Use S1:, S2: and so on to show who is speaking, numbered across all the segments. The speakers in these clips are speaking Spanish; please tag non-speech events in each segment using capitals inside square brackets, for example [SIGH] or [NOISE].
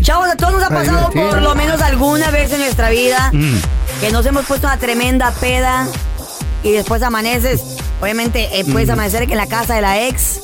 S1: Chavos, a todos nos ha pasado por lo menos alguna vez en nuestra vida
S2: Mm.
S1: que nos hemos puesto una tremenda peda y después amaneces. Obviamente, eh, puedes
S3: Mm.
S1: amanecer en la casa de la ex,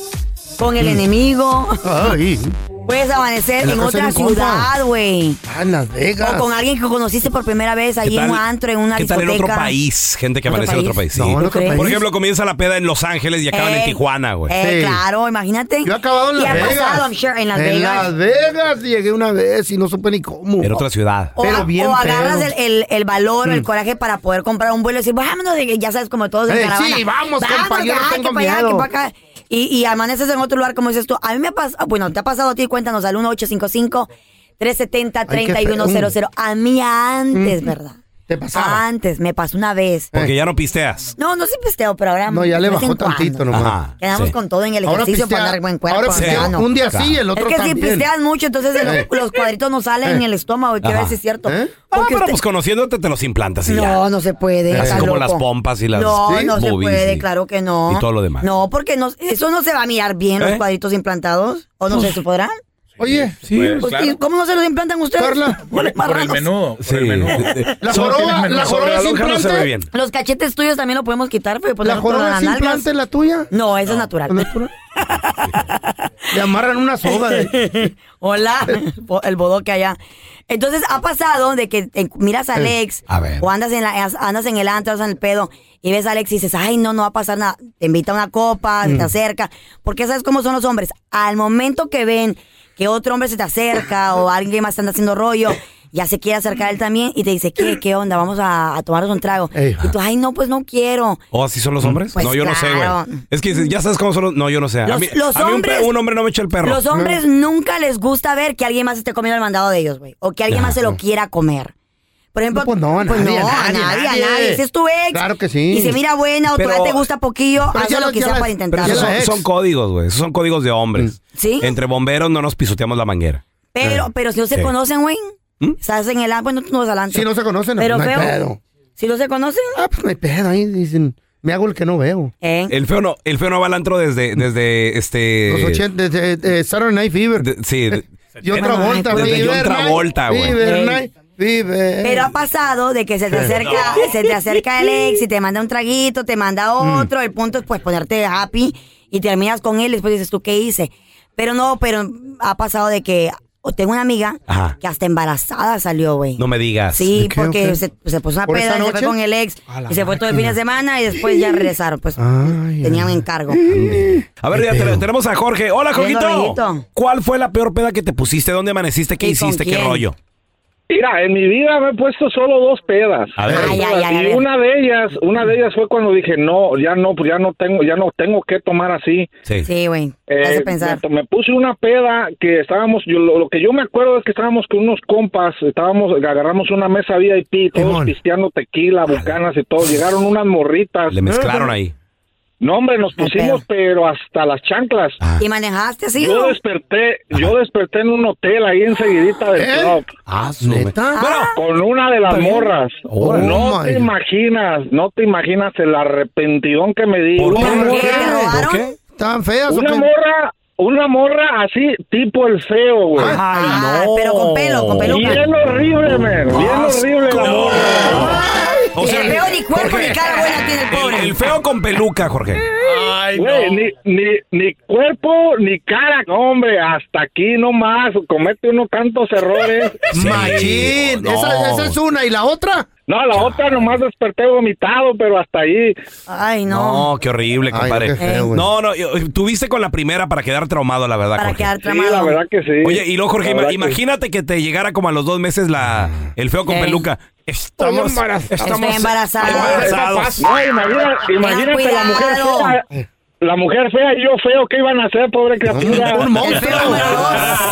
S1: con el
S3: Mm.
S1: enemigo.
S3: Ay.
S1: [LAUGHS] Puedes amanecer
S3: En
S1: en,
S3: la casa de
S1: otra
S3: un compa.
S1: ciudad, güey.
S3: Ah, en Las Vegas.
S1: O con alguien que conociste por primera vez
S2: ¿Qué
S1: allí en un
S2: tal-
S1: antro, en una
S2: ¿Qué tal en
S1: discoteca.
S2: otro país? Gente que
S1: ¿Otro
S2: amanece en otro
S1: país?
S2: país. sí.
S1: No, en otro ¿Tú país.
S2: Por ejemplo, comienza la peda en Los Ángeles y acaban
S1: Eh,
S2: en Tijuana, güey.
S1: Eh, Claro, imagínate.
S3: Yo he acabado en
S1: Y
S3: Las
S1: ha
S3: Vegas.
S1: pasado, I'm sure, en Las Vegas.
S3: Las Vegas llegué una vez y no supe ni cómo.
S2: En otra ciudad.
S1: O,
S3: Pero
S1: a-
S3: bien
S1: o agarras
S3: pedo.
S1: el, el- el valor, el
S3: Mm.
S1: coraje para poder comprar un vuelo y decir, vámonos, de que ya sabes, como todos en
S3: Eh,
S1: caravana.
S3: sí, vamos, compa, yo
S1: que
S3: no
S1: ay,
S3: tengo
S1: que pa' allá,
S3: miedo.
S1: que pa' acá. Y, y amaneces en otro lugar, como dices tú. A mí me ha pasado, bueno, te ha pasado a ti, cuéntanos al 1-855-370-3100. A mí antes, ¿verdad?
S3: Mm. ¿Te pasaba?
S1: Antes, me pasó una vez.
S2: Porque ya no pisteas.
S1: No, no siempre pesteo, pero ahora.
S3: No, ya le
S1: de vez en
S3: bajó
S1: cuando.
S3: tantito nomás.
S2: Ajá,
S1: Quedamos
S2: sí.
S1: con todo en el
S3: Ahora
S1: ejercicio
S3: pistea-
S1: para andar buen cuerpo.
S3: ahora pistea
S1: sano.
S3: un día sí,
S2: Claro.
S3: el
S1: Es
S3: otro
S1: que si
S3: también.
S1: pisteas mucho, entonces el-
S3: Eh.
S1: los cuadritos no salen
S3: Eh.
S1: en el estómago, que a
S2: Ajá.
S1: veces es cierto.
S3: ¿Eh?
S2: Ah,
S1: Porque
S2: pero
S1: usted-
S2: pues conociéndote te los implantas y
S1: No,
S2: ya.
S1: no se puede.
S2: Así
S1: estás
S2: como
S1: loco.
S2: las pompas y las
S1: No,
S2: ¿Sí?
S1: no se
S2: boobies
S1: puede,
S2: y-
S1: claro que no.
S2: y todo lo demás.
S1: No, porque no, eso no se va a mirar bien los
S2: ¿Eh?
S1: cuadritos implantados. ¿O no se se podrán?
S3: Oye,
S2: Sí,
S4: Pues,
S1: Pues,
S4: claro.
S1: ¿y ¿Cómo no se los implantan ustedes?
S3: Carla,
S4: Por, por el
S1: Marranos.
S4: menú, por
S2: Sí.
S4: el menú.
S3: la
S2: Solo
S4: tienes
S3: joroba,
S4: menos sobre
S3: la joroba
S4: la
S3: es
S2: Ojalá no se ve
S3: implante.
S2: bien.
S1: Los cachetes tuyos también lo podemos quitar, pues, pero
S3: La joroba es implante la tuya.
S1: No, esa es natural. [LAUGHS]
S3: Natural. Le amarran una soga. de-
S1: Hola, bo- el bodoque allá. Entonces ha pasado de que te- miras a
S3: Eh,
S1: Alex
S2: a ver.
S1: o andas en, la, andas en el antro, andas en el pedo y ves a Alex y dices, ay, no, no va a pasar nada. Te invita a una copa, se te
S2: Mm.
S1: acerca. Porque sabes cómo son los hombres. Al momento que ven que otro hombre se te acerca o alguien más te anda haciendo rollo, ya se quiere acercar él también y te dice, ¿qué, qué onda? Vamos a, a tomarnos un trago.
S3: Ey.
S1: Y tú, ay, no, pues no quiero.
S2: ¿O así son los hombres?
S1: Pues
S2: no, yo no
S1: claro.
S2: sé, güey. Es que dices, ya sabes cómo son los... No, yo no sé. a
S1: Los-
S2: mí,
S1: los
S2: a mí un pe-
S1: hombres-
S2: un, hombre no me echa el perro.
S1: Los hombres nunca les gusta ver que alguien más esté comiendo el mandado de ellos, güey. O que alguien más se lo quiera comer. [LAUGHS] Por ejemplo,
S3: No, pues no, a nadie,
S1: no,
S3: a
S1: a
S3: nadie,
S1: nadie, a
S3: nadie.
S1: nadie. Si es tu ex
S3: Claro que sí.
S1: y se mira buena o
S2: Pero-
S1: todavía te gusta poquillo,
S3: Pero
S1: haz
S3: ya
S1: lo
S3: la-
S1: que
S3: ya
S1: sea
S3: la-
S1: para
S2: Pero
S1: intentarlo.
S2: esos
S3: Ya la
S2: son,
S3: ex.
S2: son códigos, güey. Esos son códigos de hombres.
S1: ¿Sí?
S2: Entre bomberos no nos pisoteamos la manguera.
S1: Pero, pero si no se
S2: Sí.
S1: conocen, güey,
S2: ¿Mm?
S1: estás en el antro, bueno, tú no vas al antro.
S3: Si no se conocen, no,
S1: Pero
S3: no hay
S1: feo.
S3: pedo.
S1: Si no se conocen,
S3: Ah, pues no hay pedo. Ahí dicen, me hago el que no veo.
S1: ¿eh?
S2: El feo no, el feo no va al antro desde, desde este.
S3: Los 80, de, de- de Saturday Night Fever.
S2: de- sí, de-
S3: y otra
S1: [LAUGHS] Ay,
S3: vuelta,
S1: desde
S3: Fever
S2: John
S3: Night,
S2: Travolta, güey. Eh,
S3: Fever
S1: Ey.
S3: Night, Fever.
S1: Pero ha pasado de que se te acerca, se te acerca el ex y te manda un traguito, te manda
S3: Mm.
S1: otro. El punto es pues ponerte happy y terminas con él. y Después dices tú qué hice. Pero no, pero ha pasado de que o tengo una amiga
S2: Ajá.
S1: que hasta embarazada salió, güey.
S2: no me digas.
S1: Sí,
S3: ¿De qué, o
S1: porque
S3: qué?
S1: se, pues, se puso una
S3: ¿Por
S1: peda
S3: esa
S1: y se fue
S3: noche?
S1: con el ex
S3: A la
S1: y se fue todo el fin de semana y después ya regresaron. Pues
S3: Ay,
S1: tenían encargo.
S2: A ver, ya te-
S3: pedo.
S2: tenemos a Jorge. Hola,
S1: Venga,
S2: Jorgito.
S1: Jorgito.
S2: ¿Cuál fue la peor peda que te pusiste? ¿Dónde amaneciste? ¿Qué
S1: ¿Y con
S2: hiciste? ¿Qué
S1: quién?
S2: rollo?
S5: Mira, en mi vida me he puesto solo dos pedas.
S2: A ver.
S1: Ay, ay, ay, a
S5: y
S1: ver.
S5: una de ellas, una de ellas fue cuando dije, "No, ya no, ya no tengo, ya no tengo que tomar así."
S2: Sí.
S1: Sí, güey. Te
S5: Eh,
S1: hace pensar.
S5: me, me puse una peda que estábamos, yo, lo, lo que yo me acuerdo es que estábamos con unos compas, estábamos, agarramos una mesa VIP, todos
S3: Simón.
S5: pisteando tequila, bucanas y todo. Llegaron unas morritas.
S2: Ah. Le mezclaron ahí.
S5: No, hombre, nos
S1: Al
S5: pusimos, pero hasta las chanclas.
S1: ¿Y manejaste así?
S5: Yo
S1: no?
S5: desperté, yo desperté en un hotel ahí enseguidita del
S3: ¿Eh?
S5: club.
S2: Ah,
S3: su- ¿Neta?
S2: Bueno,
S5: con una de las
S2: Está bien.
S5: morras.
S3: Órale. Oh,
S5: no
S3: my
S5: te
S3: God.
S5: imaginas, no te imaginas el arrepentidón que me di.
S2: ¿Por
S5: Una,
S2: qué?
S1: ¿Por qué? ¿Te
S3: ¿Por
S1: robaron?
S2: qué?
S3: ¿Estaban feas o
S5: una
S3: qué?
S5: morra, una morra así, tipo el feo, güey.
S1: Ah, pero con pelo, con peluca.
S5: Bien horrible, man. Bien horrible la
S2: Asco.
S5: morra.
S2: O
S1: Y
S2: sea,
S1: el feo ni cuerpo ni cara buena tiene el
S2: El,
S1: pobre.
S2: el feo con peluca, Jorge.
S5: Güey, ni, ni, ni cuerpo ni cara. No, hombre, hasta aquí nomás. Comete uno
S2: [LAUGHS]
S5: tantos errores.
S3: Machín.
S2: no.
S3: Esa, esa es una. ¿Y la otra?
S5: No, la otra nomás desperté vomitado, pero hasta ahí.
S1: Ay, no.
S2: No, qué horrible,
S3: Ah. Ay,
S2: compadre.
S3: qué feo, güey.
S2: no, no, yo- tuviste con la primera para quedar traumado, la verdad,
S1: para
S2: Jorge.
S1: quedar
S5: Sí, la
S1: tramado.
S5: verdad que sí.
S2: Oye, y luego, Jorge,
S5: La
S2: ima-
S5: verdad que-
S2: imagínate que te llegara como a los dos meses
S3: Ah.
S2: la el feo con
S1: Ey.
S2: peluca. Estamos
S4: embarazada.
S1: Estoy embarazada.
S2: embarazados.
S5: No, imagina- imagínate la mujer
S1: cuidado.
S5: fea. La mujer fea y yo feo, ¿qué iban a hacer, pobre criatura? [LAUGHS]
S3: Un
S1: el
S3: monstruo.
S1: feo número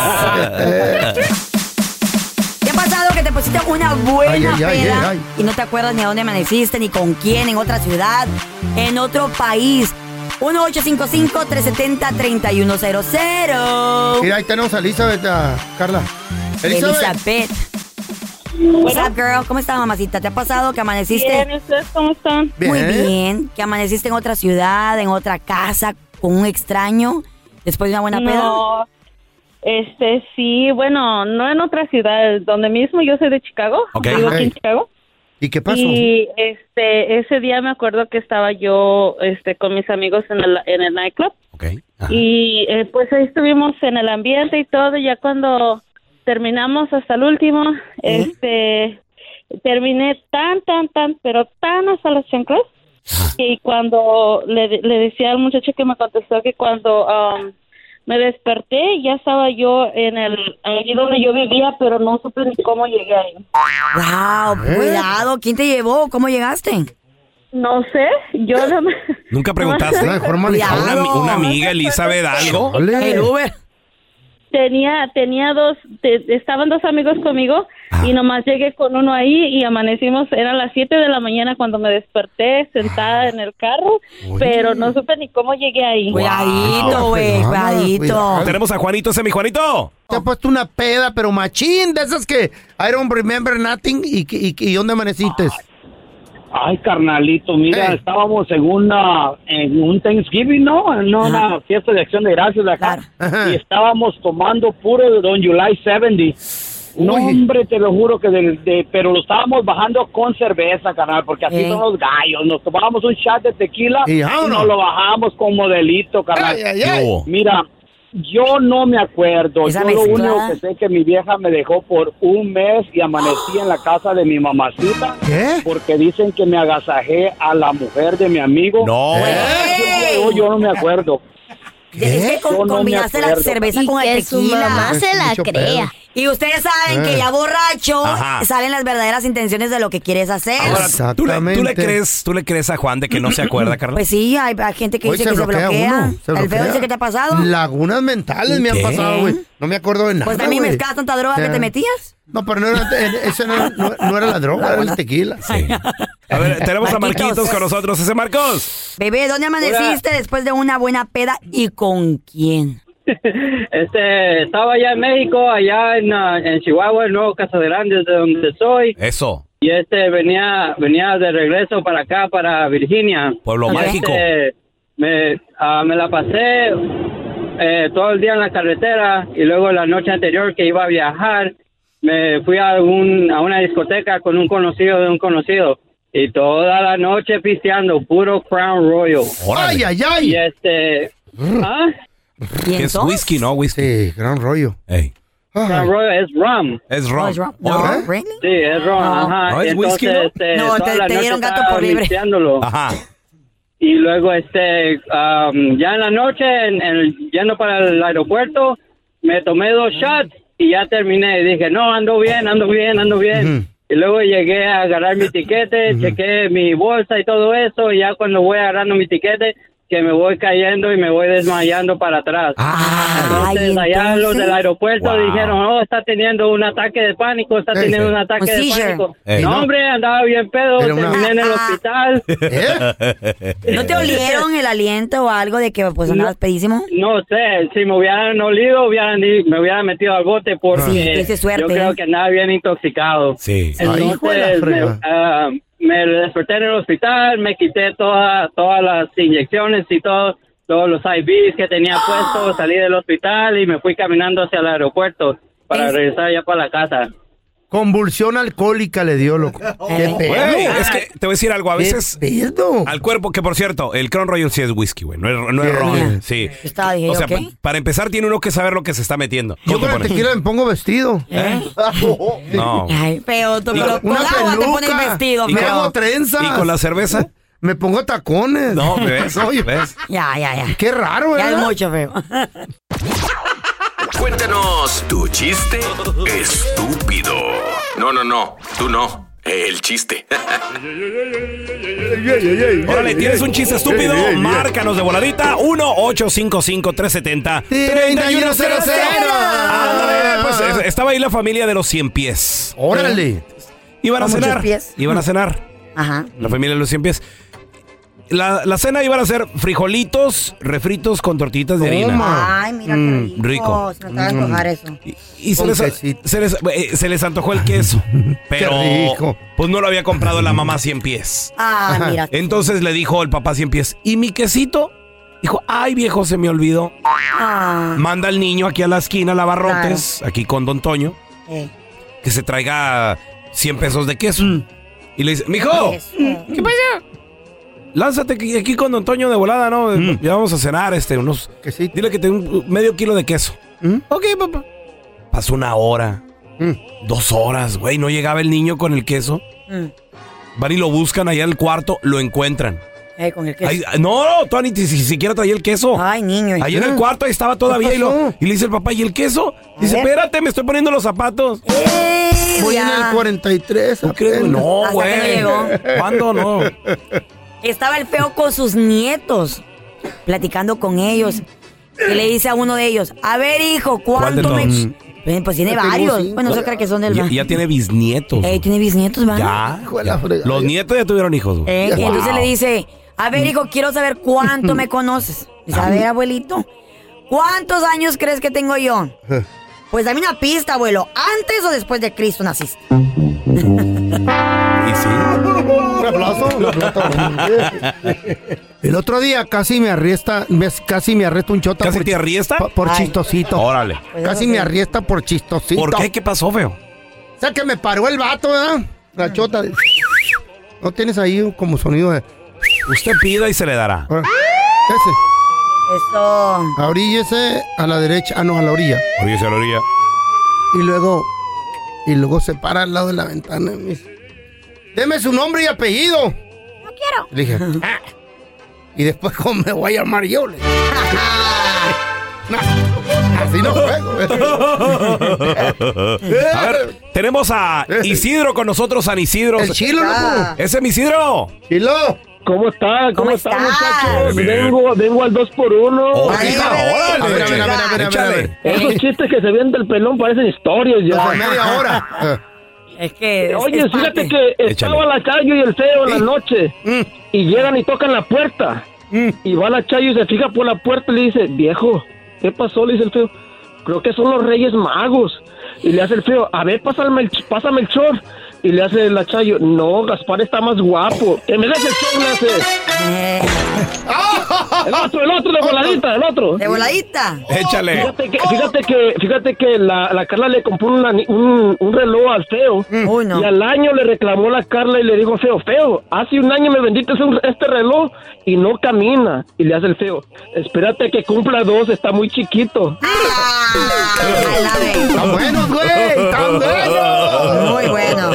S2: [LAUGHS]
S1: dos. ¿Qué ha pasado? Que te pusiste una buena
S3: Ay, ay, ay,
S1: peda
S3: ay,
S1: y no te acuerdas ni a dónde amaneciste, ni con quién, en otra ciudad, en otro país. 1-855-370-3100.
S3: Mira, ahí tenemos a Elizabeth, a Carla. Elizabeth.
S1: Elizabeth. What's up, girl? ¿Cómo estás, mamacita? ¿Te ha pasado que amaneciste?
S6: Bien, ¿ustedes cómo están?
S1: Muy bien. Que amaneciste en otra ciudad, en otra casa, con un extraño, después de una buena peda.
S6: No, este sí, bueno, no en otra ciudad, donde mismo yo soy de Chicago,
S2: Ok.
S6: vivo aquí
S3: Ey.
S6: en Chicago.
S3: ¿Y qué pasó?
S6: Y este ese día me acuerdo que estaba yo este con mis amigos en el en el nightclub
S2: Ok. ajá.
S6: y eh, pues ahí estuvimos en el ambiente y todo, ya cuando terminamos hasta el último, este terminé tan tan tan pero tan hasta las chanclas y cuando le, le decía al muchacho que me contestó que cuando am, me desperté ya estaba yo en el allí donde yo vivía pero no supe ni cómo llegué ahí
S1: Wow, cuidado. ¿Quién te llevó? ¿Cómo llegaste?
S6: no sé yo no me-
S2: ¿Nunca
S3: A
S2: preguntaste?
S3: la mejor manejada.
S2: ¿Una, ami-
S1: Cuidado.
S2: una amiga, Elizabeth, algo?
S3: Ole.
S1: El Uber.
S6: tenía tenía dos te- estaban dos amigos conmigo
S2: Ah.
S6: y nomás llegué con uno ahí y amanecimos eran las 7 de la mañana cuando me desperté sentada en el carro pero no supe ni cómo llegué ahí
S1: Cuidadito, güey,
S3: Fernanda,
S1: cuidadito.
S3: cuidado.
S2: Tenemos a Juanito, ese mi Juanito.
S3: Te ha puesto una peda, pero machín, de esas que I don't remember nothing y, que- y, que- y dónde amaneciste.
S7: Ay, carnalito, mira,
S3: Eh.
S7: estábamos en una, en un Thanksgiving, ¿no? En una fiesta de acción de gracias de acá.
S3: Claro.
S7: Y estábamos tomando puro de Don July 70. No,
S3: Uy.
S7: hombre, te lo juro que del- de- pero lo estábamos bajando con cerveza, carnal, porque así
S1: Eh.
S7: son los gallos. Nos tomábamos un shot de tequila
S3: Y
S7: y,
S3: vámonos.
S7: nos lo bajamos con modelito, carnal.
S3: Ay, ay, ay.
S2: ¿Qué hubo?
S7: Mira, yo no me acuerdo.
S1: Esa
S7: yo lo
S1: mezcla.
S7: único que sé es que mi vieja me dejó por un mes y amanecí en la casa de mi mamacita.
S3: ¿Qué?
S7: Porque dicen que me agasajé a la mujer de mi amigo.
S2: No.
S7: Yo, yo- yo no me acuerdo.
S1: Es
S2: ¿Eh?
S1: que con-
S7: Yo no me
S1: combinaste la
S7: acuerdo.
S1: cerveza con el tequila.
S3: se la crea.
S1: Y ustedes saben que ya borracho
S2: Eh. Ajá.
S1: salen las verdaderas intenciones de lo que quieres hacer.
S2: Ahora, ¿tú le, tú le
S3: Exactamente.
S2: crees, ¿tú le crees a Juan de que no se acuerda, Carla?
S1: Pues sí, hay, hay gente que
S3: Hoy
S1: dice
S3: se
S1: que
S3: bloquea,
S1: se bloquea.
S3: uno. se
S1: El feo
S3: bloquea.
S1: dice que te ha pasado.
S3: Lagunas mentales me han
S2: ¿Qué?
S3: pasado, güey. No me acuerdo de nada.
S1: pues también
S3: güey.
S1: mezclas tanta droga que
S3: Eh.
S1: te metías.
S3: No, pero no
S1: [LAUGHS]
S3: era, eh, ese no, era- no- no era la droga, era el tequila.
S2: Sí. A ver, tenemos a Marquitos
S1: Marquitos.
S2: con nosotros. ¿Ese Marcos?
S1: Bebé, ¿dónde amaneciste después de una buena peda y con quién?
S7: Este, estaba allá en México, allá en, ah, en Chihuahua, en Nuevo Casa Grande, de donde soy.
S2: Eso,
S7: Y este, venía, venía de regreso para acá, para Virginia.
S2: Pueblo
S1: Ok.
S2: Mágico.
S7: Este, me, ah, me la pasé eh, todo el día en la carretera y luego la noche anterior que iba a viajar, me fui a, un, a una discoteca con un conocido de un conocido y toda la noche pisteando puro Crown Royal.
S3: Ay,
S2: Órale.
S3: ay,
S7: Y
S3: ay.
S7: este... ¿ah?
S1: ¿Y
S2: Que es
S1: entonces?
S2: whisky, ¿no? Whisky.
S3: Sí, gran rollo.
S2: Ey,
S7: Crown
S3: Ay.
S7: Royal es rum.
S2: Es
S1: No,
S2: ron.
S1: Oh, es rum. No,
S2: Órale.
S1: really?
S7: Sí, es rum,
S1: No.
S7: ajá.
S2: ¿No es
S7: Entonces,
S2: whisky, no?
S7: este,
S1: No,
S7: toda
S1: te-
S7: la
S1: te
S7: noche
S1: dieron gato
S7: estaba
S1: por liebre.
S7: pisteándolo.
S2: Ajá.
S7: Y luego, este, am, ya en la noche, en, en- yendo para el aeropuerto, me tomé dos shots y ya terminé. Y dije, no, ando bien, ando bien, ando bien. Y luego llegué a agarrar mi tiquete, chequé mi bolsa y todo eso. Y ya cuando voy agarrando mi tiquete, que me voy cayendo y me voy desmayando para atrás.
S2: Ah,
S1: Ay,
S7: Entonces, allá Ah, los
S1: entonces-
S7: del aeropuerto
S2: Wow.
S7: dijeron, oh, está teniendo un ataque de pánico, está
S3: Sí, sí.
S7: teniendo
S3: Eh.
S7: un ataque
S1: Un
S7: de
S1: seizure.
S7: pánico.
S2: Ey,
S7: no,
S2: ¿no?
S7: hombre, andaba bien pedo,
S3: Era una-
S7: terminé en el
S1: Ah, ah.
S7: hospital.
S3: ¿Eh?
S1: ¿No te olieron el aliento o algo de que pues andabas pedísimo?
S7: No sé,
S3: [LAUGHS]
S7: si me hubieran olido, hubieran, i- me hubieran metido al bote
S3: Ah.
S7: porque
S1: Sí, tuviste suerte,
S7: yo
S1: ¿eh?
S7: creo que andaba bien intoxicado.
S2: Sí.
S3: Ay, hijo de la
S7: Entonces, me,
S3: frega.
S7: ah, me desperté en el hospital, me quité toda, todas las inyecciones y todo, todos los IVs que tenía
S1: Ah.
S7: puestos, salí del hospital y me fui caminando hacia el aeropuerto para
S1: Es-
S7: regresar ya para la casa.
S3: Convulsión alcohólica le dio,
S1: [LAUGHS]
S3: loco. Qué pedo.
S2: Güey, es que te voy a decir algo, a
S3: Qué
S2: veces
S3: pedo.
S2: al cuerpo, que por cierto, el Crown Royal sí es whisky, güey, no es, no es
S3: Sí,
S2: ron, sí.
S1: Yo estaba, dije,
S2: O sea,
S1: ok.
S2: pa- para empezar tiene uno que saber lo que se está metiendo.
S3: Yo
S2: ¿Cómo te
S3: con el
S2: pones?
S3: tequila me pongo vestido. ¿Eh?
S2: No.
S1: ¿Eh? Ay, pero tú pero con
S3: Una
S1: agua te pones
S3: peluca.
S1: vestido,
S3: y me hago
S1: pero...
S3: trenzas.
S2: ¿Y con la cerveza?
S3: [LAUGHS] Me pongo tacones.
S2: No,
S3: [LAUGHS]
S2: me ves,
S3: Oye,
S2: ves.
S1: Ya, ya, ya.
S3: Qué raro,
S1: Ya es
S3: ¿verdad?
S1: mucho, feo.
S4: Cuéntanos tu chiste estúpido. No, no, no. Tú no. Eh, El chiste.
S2: Órale, ¿tienes un chiste estúpido? Márcanos de voladita. 1-855-370-3100.
S3: 3100.
S2: Ándale, pues, es- Estaba ahí la familia de los 100 pies.
S3: Órale.
S2: Iban a
S1: Con muchos
S2: cenar.
S1: pies.
S2: Iban a cenar.
S1: Ajá.
S2: La familia de los 100 pies. La, la cena iban a ser frijolitos, refritos con tortillitas de harina.
S3: Toma.
S1: Ay, mira qué rico.
S2: Mm, rico. Mm.
S1: Se me acaba de antojar eso.
S2: Y, y se,
S3: Con
S2: les,
S3: quesito.
S2: se, les- eh, se les antojó el queso. Pero
S3: rico.
S2: pues no lo había comprado la mamá 100 pies.
S1: Ah, mira.
S2: Entonces le dijo el papá 100 pies, ¿y mi quesito? Dijo, ay viejo, se me olvidó.
S1: Ah,
S2: Manda al niño aquí a la esquina, a Lavarrotes, aquí con Don Toño,
S1: eh, Mm.
S2: que se traiga 100 pesos de queso. Y le dice, mijo,
S1: eso.
S2: ¿qué pasa? Lánzate aquí aquí con Don Toño de volada, ¿no? Ya vamos a cenar, este, unos...
S3: Quesito.
S2: Dile que tengo un- medio kilo de queso.
S3: Mm.
S2: Ok, papá. Pasó una hora,
S3: Mm.
S2: dos horas, güey, no llegaba el niño con el queso.
S1: Mm.
S2: Van y lo buscan allá al cuarto, lo encuentran.
S1: Eh, con el queso.
S2: Ahí- no, no, Tony, ni si- siquiera traía el queso.
S1: Ay, niño.
S2: Ahí en el cuarto, ahí estaba todavía. Y, lo- y le dice el papá, ¿y el queso? Dice,
S1: ver.
S2: espérate, me estoy poniendo los zapatos.
S1: Eh,
S3: Voy en
S1: ya.
S3: el 43.
S2: ¿Tú crees, güey?
S3: apenas.
S2: No,
S1: Hasta que no
S2: güey.
S1: llegó.
S2: ¿Cuándo no?
S1: Estaba el feo con sus nietos, platicando con ellos. Y le dice a uno de ellos, a ver, hijo,
S2: ¿Cuál de
S1: ¿cuánto me...?
S2: los?
S1: Eh, Pues tiene
S3: Yo tengo
S1: varios.
S3: cinco.
S1: Bueno, se cree que son del...
S2: Ya, ya tiene bisnietos.
S1: Eh,
S2: güey.
S1: tiene bisnietos, ¿va?
S2: Ya.
S3: Hijo de
S2: ya.
S3: la fregada.
S2: Los nietos ya tuvieron hijos. güey.
S1: Eh, y
S2: Wow.
S1: entonces le dice, a ver, hijo, quiero saber cuánto me conoces. Dice, a ver, abuelito, ¿cuántos años crees que tengo yo? Pues dame una pista, abuelo. ¿Antes o después de Cristo naciste?
S2: Y sí.
S3: Un aplauso. un aplauso. El otro día casi me arriesta, me- casi me arresta un chota
S2: ¿Casi
S3: por,
S2: te arriesta?
S3: pa- por
S1: Ay.
S3: chistosito.
S2: Órale.
S3: Casi me arriesta por chistosito.
S2: ¿Por qué? ¿Qué pasó, feo?
S3: O sea, que me paró el vato, ¿verdad? La chota. de- No tienes ahí como sonido de...
S2: Usted pida y se le dará.
S3: Ah, Ese.
S1: Eso.
S3: Abríllese a la derecha. Ah, no, a la orilla.
S2: Oye, se lo haría.
S3: Y luego, y luego se para al lado de la ventana y me dice, deme su nombre y apellido. No quiero. Le dije, "Ah, y después, [LAUGHS] ¿cómo me voy a llamar yo? Le dije. No, así no juego. ¿eh?
S2: [LAUGHS] A ver, tenemos a Isidro con nosotros, San Isidro.
S3: El chilo, loco.
S2: ¡Ese es mi Isidro!
S3: Chilo.
S5: ¿Cómo está?
S1: Ah. ¿Cómo
S5: ¿Cómo, está,
S1: estás?
S5: muchachos?
S2: Bien.
S5: Vengo, vengo al 2 por 1
S2: ¡Oh,
S1: Ay,
S2: hija,
S1: a
S2: órale!
S1: ver,
S3: a ver, a ver, a ver, a ver, a
S2: Échale.
S3: ver.
S5: Esos chistes que se ven del pelón parecen historias
S3: Hace
S5: ya.
S3: media hora. [LAUGHS] Ah,
S1: Es que. es-
S5: Oye,
S1: es
S5: fíjate
S1: parte.
S5: que
S2: Échale.
S5: estaba la Chayo y el feo en la noche y llegan y tocan la puerta. Y va la Chayo y se fija por la puerta y le dice, viejo, ¿qué pasó? Le dice el feo, creo que son los reyes magos. Y le hace el feo, a ver, pásame el, ch- pásame el short. Y le hace la Chayo, no, Gaspar está más guapo. Que me des el short, le hace.
S1: Eh,
S5: [LAUGHS] El otro, el otro de voladita, el otro.
S1: de voladita.
S2: Échale.
S5: Fíjate que, fíjate que, fíjate que la, la Carla le compró una ni- un, un reloj al feo.
S1: Mm. Uy, no.
S5: Y al año le reclamó la Carla y le dijo, feo, feo, hace un año me vendiste un- este reloj y no camina. Y le hace el feo, espérate que cumpla dos, está muy chiquito.
S1: Ah, I love it.
S3: Están buenos, güey. Están buenos.
S1: Muy bueno.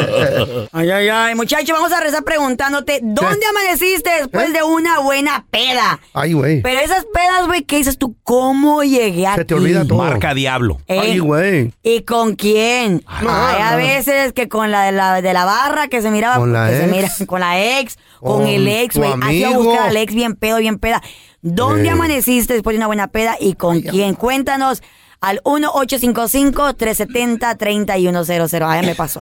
S1: Ay, ay, ay. Muchacho, vamos a rezar preguntándote: ¿dónde amaneciste
S3: ¿Eh?
S1: después de una buena peda?
S3: Ay, güey.
S1: Pero esas pedas, güey, ¿qué dices tú? ¿Cómo llegué aquí?
S3: Se te olvida todo.
S2: Marca Diablo.
S1: Eh,
S3: Ay, güey.
S1: ¿Y con quién?
S3: no,
S1: Ay, a
S3: no.
S1: veces que con la de la, de la barra que se miraba.
S3: Con la
S1: que se
S3: ex.
S1: mira- con la ex, con,
S3: Con
S1: el ex,
S3: tu
S1: güey. Así a
S3: amigo. Eh.
S1: buscar al ex bien pedo, bien peda. ¿Dónde
S3: Ey.
S1: amaneciste después de una buena peda y con quién? Cuéntanos al 1-855-370-3100. Ay, me pasó.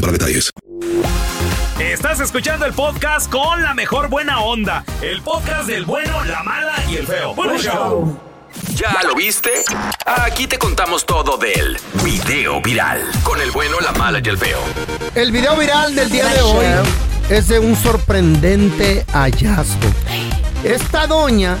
S8: para detalles.
S9: Estás escuchando el podcast con la mejor buena onda. El podcast del bueno, la mala y el feo. Bueno, show.
S4: ¿Ya lo viste? Aquí te contamos todo del video viral. Con el bueno, la mala y el feo.
S3: [LAUGHS] El video viral del día de hoy es de un sorprendente hallazgo. Esta doña,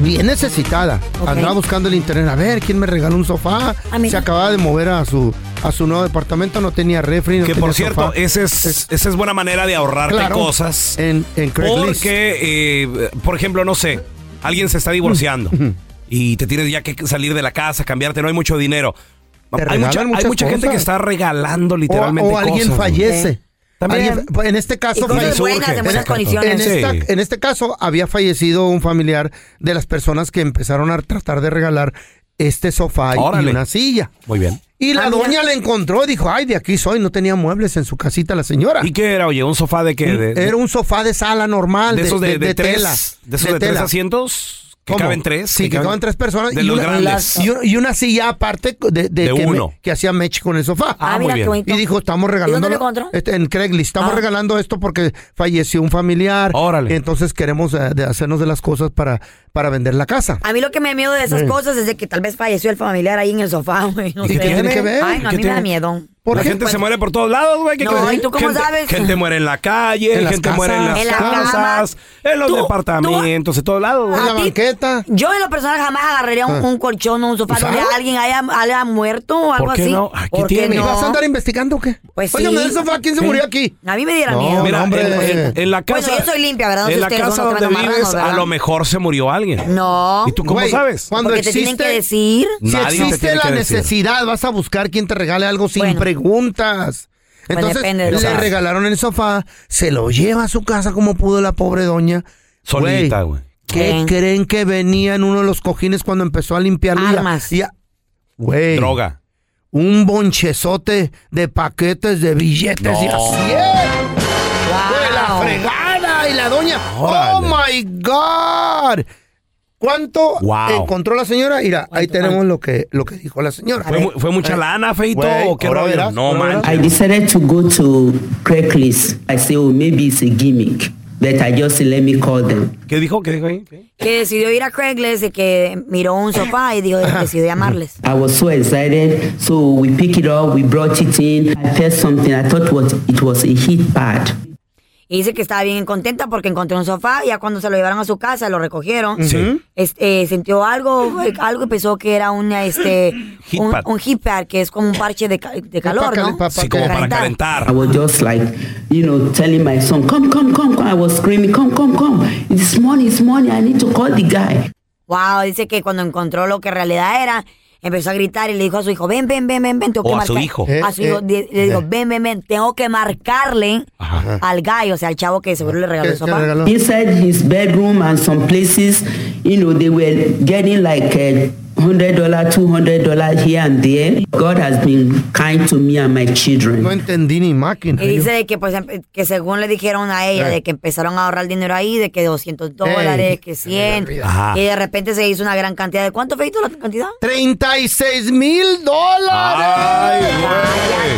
S3: bien necesitada, andaba buscando el internet. A ver, ¿quién me regaló un sofá? Se acababa de mover a su, a su nuevo departamento, no tenía refri, no
S2: Que
S3: tenía
S2: por cierto,
S3: sofá.
S2: esa es, esa es buena manera de ahorrarte
S3: Claro,
S2: cosas.
S3: En, en Craigslist.
S2: Porque, eh, por ejemplo, no sé, alguien se está divorciando
S3: Mm,
S2: y te tienes ya que salir de la casa, cambiarte, no hay mucho dinero.
S3: Te
S2: Hay
S3: regalan
S2: mucha, hay
S3: muchas
S2: mucha gente
S3: cosas.
S2: que está regalando literalmente
S3: O, o alguien
S2: cosas, güey.
S3: fallece.
S2: También.
S3: Alguien fa- en este
S2: Y
S3: caso,
S2: cosas
S3: falle-
S2: buenas, de buenas
S3: Exacto.
S2: condiciones.
S3: En, esta-
S2: Sí.
S3: en este caso, había fallecido un familiar de las personas que empezaron a tratar de regalar este sofá y- y
S2: Órale.
S3: una silla.
S2: Muy bien.
S3: Y la
S2: Ah, mira.
S3: doña le encontró, dijo, ay, de aquí soy, no tenía muebles en su casita la señora.
S2: ¿Y qué era, oye? ¿Un sofá de qué? De,
S3: Mm, Era un sofá de sala normal,
S2: de
S3: de,
S2: esos de,
S3: de- de
S2: de tres,
S3: tela.
S2: de esos de, tres
S3: tela.
S2: asientos que
S3: ¿Cómo?
S2: caben tres.
S3: Sí, que, caben tres personas.
S2: De
S3: y,
S2: los
S3: una,
S2: grandes.
S3: y una- y una silla aparte de,
S2: De
S3: que,
S2: uno.
S3: me- que hacía match con el sofá.
S2: Ah, Ah, muy mira, qué bien. bonito.
S3: Y dijo, estamos
S2: dónde
S3: regalando.
S2: lo encontró? Ah.
S3: este, en Craigslist, estamos regalando esto porque falleció un familiar. Entonces queremos eh, de hacernos de las cosas para, para vender la casa.
S2: Ah,
S1: A mí lo que me da miedo de esas
S3: Sí.
S1: cosas es de que tal vez falleció el familiar ahí en el sofá, [LAUGHS] güey. No
S3: Eh. ¿Y
S1: sé.
S3: qué tiene que ver?
S1: Ay, no, a
S3: ¿Qué
S1: mí me da
S3: tiene?
S1: miedo.
S2: la gente se muere por todos lados, güey. ¿qué
S1: No,
S2: crees?
S1: ¿y tú cómo
S2: gente,
S1: sabes?
S2: Gente muere en la calle,
S3: En las
S2: gente muere en las
S3: casas. En la cama.
S2: casas, en los departamentos, en todos lados, güey.
S1: ¿A ti? Yo en lo personal jamás agarraría un,
S2: Ah.
S1: un colchón o un sofá donde
S2: ¿Usado?
S1: alguien haya, haya muerto o algo
S2: qué
S1: así.
S2: no? Aquí
S1: ¿Por qué
S2: tiene.
S1: no?
S2: ¿Vas a andar
S3: investigando o qué?
S1: Pues
S2: Oye,
S1: sí.
S2: ¿me da el sofá? ¿Quién se
S1: Sí.
S2: murió aquí?
S1: A mí me diera miedo. pues,
S2: mira, en, en- en la
S1: Bueno,
S2: casa.
S1: yo soy limpia, ¿verdad? No sé
S2: en la
S1: ustedes,
S2: casa
S1: son los que
S2: donde
S1: andan
S2: vives,
S1: marranos,
S2: a
S1: ¿verdad?
S2: lo mejor se murió alguien.
S1: No.
S2: ¿Y tú cómo
S3: Güey,
S2: sabes?
S3: Cuando
S1: Porque te
S3: existe,
S1: tienen que decir.
S3: Si
S2: Nadie te
S3: existe
S2: tiene
S3: la
S2: que decir.
S3: necesidad, vas a buscar quien te regale algo sin preguntas.
S1: Pues
S3: Entonces,
S1: depende de lo que
S3: le
S1: hagas.
S3: regalaron el sofá, se lo lleva a su casa como pudo la pobre doña.
S2: Solita, güey.
S3: ¿Qué
S2: Eh.
S3: creen que venía en uno de los cojines cuando empezó a limpiar? la- y a- Güey.
S2: Droga.
S3: Un bonchezote de paquetes de billetes y
S2: No.
S3: así ¡Fue la fregada! Y la doña. ¡Oh,
S2: Órale.
S3: my God! ¿Cuánto eh,
S2: Wow.
S3: encontró la señora? Mira, ahí tenemos lo que, lo que dijo la señora.
S2: ¿Fue, mu- fue mucha
S3: Eh,
S2: lana, feito?
S3: güey,
S2: ¿O qué
S3: ahora
S2: rollo?
S3: verás,
S2: no,
S3: ahora
S2: man.
S10: I decided to go to Craigslist. I say, oh, maybe it's a gimmick, but I just let me call them.
S2: ¿Qué dijo? ¿Qué dijo ahí?
S1: Que decidió ir a Craigslist y que miró un sofá y dijo,
S2: [LAUGHS]
S1: decidió llamarles.
S10: I was so excited, so we pick it up, we brought it in. I felt something. I thought was it was a hit pad.
S1: Y dice que estaba bien contenta porque encontró un sofá. Ya cuando se lo llevaron a su casa, lo recogieron.
S10: Sí.
S1: este, eh, sintió algo, eh, algo y pensó que era
S2: [GASPS]
S1: una, este,
S10: Heat
S1: un,
S10: pad.
S1: un heat pad, que es como un parche de, ca- de calor, ¿no?
S10: I was just like, you know, telling my son, come, come, come, come. I was screaming, come, come, come. It's money, it's money. I need to call the guy.
S1: Wow, dice que cuando encontró lo que en realidad era, empezó a gritar y le dijo a su hijo, ven, ven, ven, ven, ven, tengo
S10: O
S1: que
S10: a su
S1: marcar-
S10: hijo.
S1: A su
S10: Eh,
S1: hijo
S10: eh,
S1: di- le dijo, ven, ven, ven, tengo que marcarle
S3: Ah.
S1: al gallo, o sea, al chavo que seguro le regaló el sofá.
S10: Inside his bedroom and some places, you know, they were getting like a hundred dollar, two hundred dollar here and there. God has been kind to me and my children.
S3: No entendí ni máquina.
S1: Y dice de que, pues, em- que según le dijeron a ella,
S10: Eh.
S1: de que empezaron a ahorrar dinero ahí, de que 200 dólares,
S3: Ey.
S1: que 100.
S3: Ajá.
S1: Y de repente se hizo una gran cantidad. ¿De cuánto feito la cantidad?
S3: 36 mil dólares.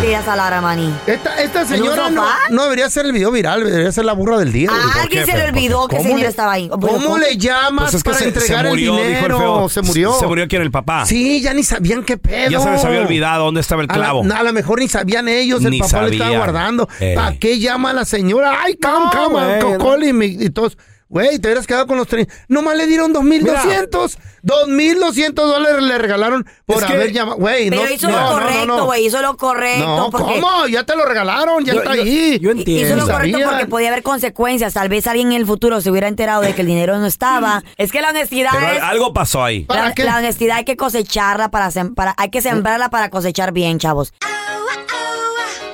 S1: Tiras a la maní.
S3: Esta, esta
S1: ¿En un
S3: señora no,
S1: sofá?
S3: no debería ser el video viral, debería ser la burra del día.
S1: A alguien se le olvidó que el
S3: ¿Cómo
S1: señor
S3: le-
S1: estaba ahí.
S3: ¿Cómo le llamas
S2: Pues es que
S3: para
S2: se- se
S3: entregar
S2: murió,
S3: el
S2: dijo el
S3: dinero?
S2: feo.
S3: se murió.
S2: Se murió sabió quién era el papá.
S3: Sí, ya ni sabían qué pedo.
S2: Ya se les había olvidado dónde estaba el
S3: A la-
S2: clavo.
S3: no, A lo mejor ni sabían ellos, el
S2: Ni
S3: papá lo estaba
S2: sabían. Eh.
S3: guardando.
S2: Ey.
S3: ¿Para qué llama la señora? ¡Ay, come, come,
S2: güey,
S3: Uncle
S2: no.
S3: Colin", y, y todos. Güey, te hubieras quedado con los tres. Nomás le dieron 2.200. 2.200 dólares le regalaron por
S1: Es que-
S3: haber llamado. Güey,
S1: Pero
S3: no,
S1: hizo
S3: no,
S1: lo
S3: no, no,
S1: correcto,
S3: no.
S1: güey, hizo lo correcto.
S3: No,
S1: porque-
S3: ¿cómo? Ya te lo regalaron, ya
S1: Yo-
S3: está
S1: yo-
S3: ahí.
S2: yo
S1: Hizo lo
S3: Ni
S1: correcto
S3: sabían.
S1: porque podía haber consecuencias. Tal vez alguien en el futuro se hubiera enterado de que el dinero no estaba. Es que la honestidad
S2: Pero
S1: es...
S2: algo pasó ahí.
S1: La, la honestidad hay que cosecharla para, sem- para hay que sembrarla para cosechar bien, chavos.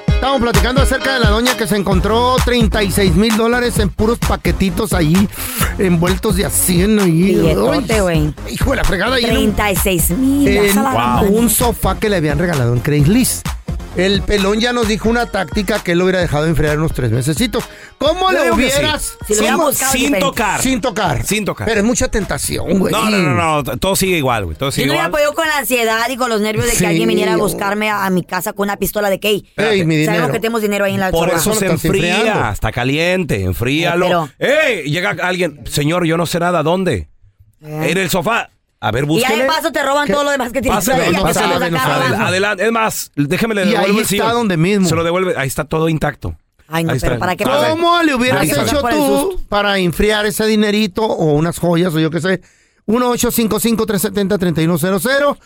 S3: Estamos platicando acerca de la doña que se encontró 36 mil dólares en puros paquetitos ahí, envueltos de acien ahí.
S1: Billetote,
S3: Ay,
S1: güey.
S3: Hijo de la fregada. y en un-
S1: 36 mil.
S3: en un sofá que le habían regalado en Craigslist. El pelón ya nos dijo una táctica que él lo hubiera dejado enfriar unos tres mesecitos. ¿Cómo
S2: Yo
S3: le
S2: digo que
S3: hubieras?
S2: sí. Si lo hubiera
S3: ¿Cómo?
S2: buscado Sin diferente. tocar.
S3: Sin tocar.
S2: Sin tocar.
S3: Pero es mucha tentación, güey.
S2: No, no, no, no, todo sigue igual, güey. Todo
S1: Yo
S2: sigue
S1: no hubiera
S2: igual.
S1: podido con la ansiedad y con los nervios de que
S2: Sí.
S1: alguien viniera a buscarme a, a mi casa con una pistola de Key.
S2: Ey, mi
S1: Sabemos
S2: dinero.
S1: que tenemos dinero ahí en la
S2: Por
S1: alcoba.
S2: eso se enfría, está caliente, enfríalo. ¡Ey! Llega alguien, señor, yo no sé nada, ¿dónde? En el sofá. A ver,
S1: Eh. Y ahí
S2: búsquele.
S1: de paso te roban todo lo demás que tienes.
S2: Pásale,
S1: Ya que
S2: pásale,
S1: estamos acá
S2: adela-
S1: abajo.
S2: Adelante, es más, déjeme le
S3: Y
S2: devuelvo
S3: ahí
S2: el sillón.
S3: está donde mismo.
S2: Se lo devuelve, ahí está todo intacto.
S1: Ay, no,
S2: Ahí
S1: pero
S2: está.
S1: ¿para qué
S2: Dale.
S3: ¿Cómo le hubieras
S2: Ahí está.
S3: hecho tú para enfriar ese dinerito o unas joyas o yo qué sé? 1-855-370-3100.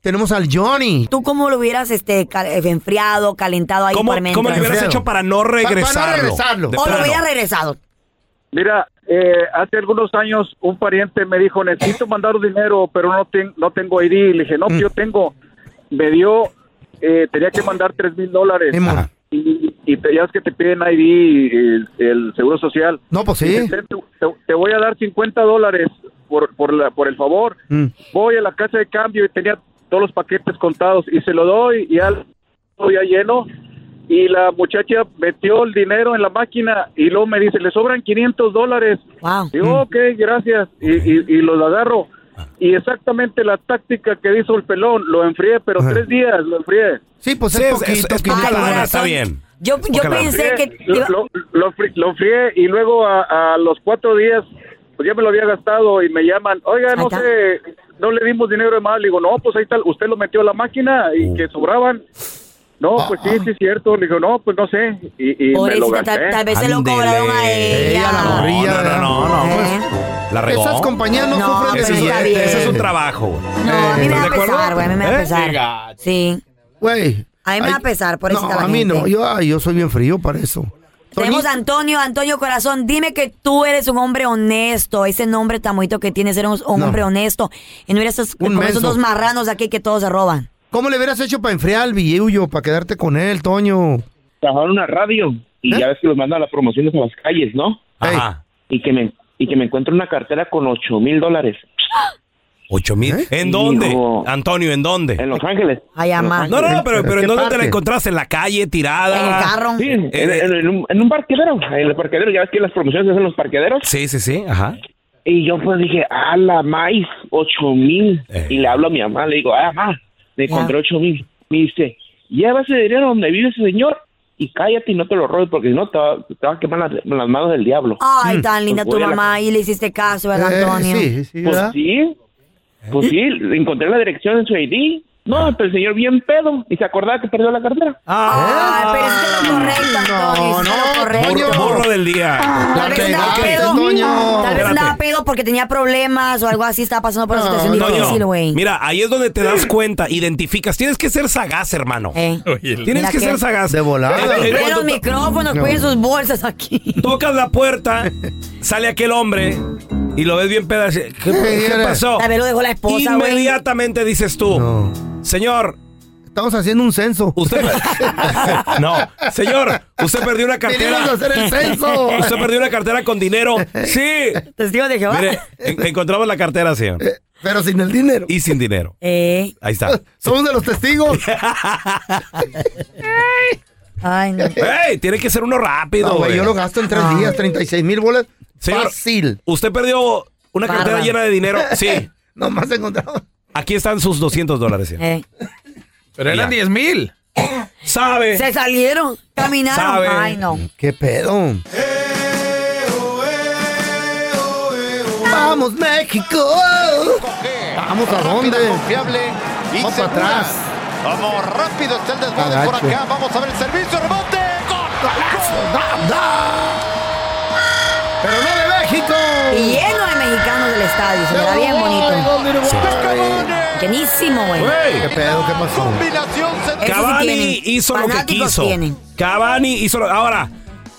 S3: Tenemos al Johnny.
S1: ¿Tú cómo lo hubieras este, cal- eh, enfriado, calentado ahí
S3: ¿Cómo-
S1: por mente?
S3: cómo lo hubieras
S1: Enfriado.
S3: hecho para no
S1: Pa-
S3: regresarlo? regresarlo.
S1: O
S3: De
S1: lo
S3: plano.
S1: hubieras regresado.
S11: Mira, eh, hace algunos años un pariente me dijo, necesito mandar dinero, pero no, ten- no tengo ID. Le dije, no,
S3: Mm.
S11: yo tengo. Me dio, eh, tenía que mandar tres mil dólares. Y, y te, ya es que te piden ID, y el, el Seguro Social.
S3: No, pues sí.
S11: Dice, "Ten, Te, te voy a dar 50 dólares por, por, la, por el favor.
S3: Mm.
S11: Voy a la casa de cambio y tenía todos los paquetes contados y se lo doy y ya, ya lleno. Y la muchacha metió el dinero en la máquina y luego me dice, le sobran 500 dólares. Digo, ok, gracias. Y, y, y los agarro. Y exactamente la táctica que hizo el pelón, lo enfrié, pero tres días lo enfrié.
S3: Sí, pues
S2: es es- poquito, es poca la lana, está bien.
S1: Yo,
S2: yo poca la pensé lana. que-
S11: Lo, lo, lo fri- lo enfrié y luego a, a los cuatro días, pues ya me lo había gastado y me llaman, oiga, no sé, no le dimos dinero de más. Le digo, no, pues ahí está, usted lo metió a la máquina y que sobraban. No, pues sí, sí es cierto. Le digo, no, pues no sé. Y, y me lo
S1: Pobrecita,
S11: gasté.
S1: tal, tal vez se lo cobraron a ella.
S2: No, no, no, no,
S1: Eh.
S2: pues, la regó.
S3: Esas compañías no No, sufren de
S2: Ese es-
S3: está bien.
S2: Ese es un trabajo, güey.
S1: No, a
S3: Eh,
S1: mí
S2: ¿Estás
S1: me va
S2: de
S1: a
S2: acuerdo?
S1: pesar, güey. A mí me va a
S2: ¿Eh?
S1: pesar. Sí.
S3: Güey.
S1: A mí me va a pesar, por eso
S3: No, a mí no. Yo, ay, yo soy bien frío para eso.
S1: Tenemos a Antonio, Antonio Corazón, dime que tú eres un hombre honesto, ese nombre tan bonito que tienes, eres un, un
S3: No.
S1: hombre honesto, y no eres esos,
S3: Un
S1: como esos
S3: menso.
S1: dos marranos de aquí que todos se roban.
S3: ¿Cómo le hubieras hecho para enfriar al billullo, para quedarte con él, Toño?
S12: trabajaba en una radio y
S1: ¿Eh?
S12: ya ves que los mandan a las promociones a las calles, ¿no? Y que me y que me encuentro una cartera con ocho mil dólares.
S2: ¿Ocho mil?
S1: ¿Eh?
S2: Eh. ¿En dónde? Antonio, ¿en dónde? En
S12: Los Ángeles.
S1: Ay,
S2: No,
S1: amá.
S2: no, no, pero, pero
S12: ¿Qué
S2: ¿en dónde te la
S12: parte?
S2: encontraste? ¿En la calle, tirada?
S1: En el carro.
S12: Sí, en, en- en un, en un parquedero. En el parquedero, ya ves que las promociones se hacen en los parquederos.
S2: Sí, sí, sí, ajá.
S12: Y yo pues dije, a la maíz, ocho mil.
S2: Eh.
S12: Y le hablo a mi mamá, le digo, ah, mamá, me encontré ocho mil. Me dice, lleva ese dinero donde vive ese señor y cállate y no te lo robes porque si no te va, te va a quemar las, las manos del diablo.
S2: Mm.
S1: Ay, tan linda
S12: Pues
S1: tu
S12: voy a la-
S1: mamá, y le hiciste caso,
S2: Eh,
S1: ¿verdad, Antonio?
S13: Eh,
S12: Pues sí, pues sí, le encontré la dirección en su ID.
S13: Ah.
S12: No, pero el señor bien pedo y se acordaba que perdió la cartera.
S1: Ay, pero hiciste lo correcto, Antonio, hiciste lo correcto.
S2: Burro, burro del día.
S1: Tal vez andaba
S2: Ok,
S1: pedo,
S2: Toño.
S1: tal vez
S2: Espérate. Ah,
S1: andaba pedo porque tenía problemas o algo así, estaba pasando por una situación
S2: Toño,
S1: difícil, güey.
S2: Mira, ahí es donde te das cuenta, identificas. Tienes que ser sagaz, hermano. Tienes
S1: Eh. Mira
S2: que
S1: que-
S2: ser sagaz. De
S1: Pero los micrófonos, cuiden sus bolsas aquí.
S2: Tocas la puerta, sale aquel hombre y lo ves bien pedazo. ¿Qué,
S1: [LAUGHS]
S2: qué pasó?
S1: Tal vez lo dejó la esposa, güey.
S2: Inmediatamente dices tú, señor.
S3: Estamos haciendo un censo.
S2: Usted.
S3: [LAUGHS]
S2: no, señor, usted perdió una cartera.
S3: Venimos a hacer el censo.
S2: Usted perdió una cartera con dinero. Sí.
S1: Testigo de Jehová.
S2: Mire, en- encontramos la cartera, señor.
S3: Eh, Pero sin el dinero.
S2: Y sin dinero.
S1: Eh.
S2: Ahí está.
S3: Somos de los testigos.
S1: Ay, no.
S2: [LAUGHS] ¡Ey! Tiene que ser uno rápido,
S3: No, güey,
S2: güey.
S3: yo lo gasto en tres
S1: Ah.
S3: días, 36 mil bolas.
S2: Señor,
S3: Fácil.
S2: Usted perdió una cartera
S3: Bárbaro.
S2: llena de dinero. Sí.
S3: [LAUGHS] Nomás encontramos.
S2: Aquí están sus 200 dólares. señor.
S1: Eh.
S13: Pero eran
S2: Ya.
S13: 10 mil.
S2: ¿Sabe?
S1: Se salieron, caminaron.
S13: Sabe.
S1: Ay, no.
S3: ¿Qué pedo? ¡Vamos, México! Vamos a dónde?
S13: Confiable y
S3: Vamos
S13: segura.
S3: atrás.
S13: Vamos rápido, está el desborde
S3: Está
S13: por
S3: gacho.
S13: acá. Vamos a ver el servicio, rebote.
S3: Pero no de México.
S1: Y lleno de mexicanos del estadio. Se verá bien bonito. Llenísimo, güey.
S3: ¿Qué pedo? ¿Qué pasó?
S2: Cavani hizo lo que quiso. Cavani hizo lo Ahora,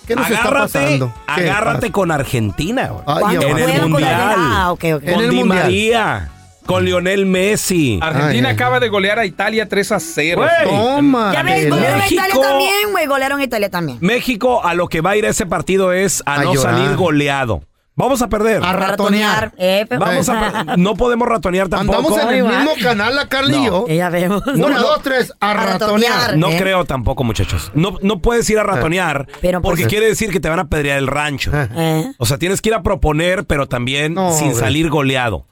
S3: ¿Qué nos está
S2: agárrate,
S3: pasando? ¿Qué?
S2: agárrate con Argentina. güey.
S3: ¿Cuándo
S2: en el
S3: juegan con
S2: Mundial.
S3: Argentina? Ah, ok, ok. En
S2: Con
S3: el
S2: Di
S3: Mundial.
S2: María. Con Lionel Messi.
S14: Argentina acaba de golear a Italia 3 a 0.
S2: Güey. Toma,
S1: Ya ves,
S2: de
S1: golearon a
S2: México.
S1: Italia también, güey. Golearon a Italia también.
S2: México a lo que va a ir ese partido es a,
S1: A
S2: no
S1: llorar.
S2: salir goleado. Vamos a perder.
S3: A ratonear.
S1: Eh, pero-
S2: Vamos a per- no podemos ratonear tampoco.
S3: Andamos en el mismo canal, la Carly y yo.
S1: Ya vemos.
S3: Una, dos, tres, a ratonear.
S2: No creo tampoco, muchachos. No, no puedes ir a ratonear
S3: Pero, Ah. pues,
S2: porque
S3: eh.
S2: quiere decir que te van a pedrear el rancho. Eh. O sea, tienes que ir a proponer, pero también sin
S3: güey.
S2: salir goleado.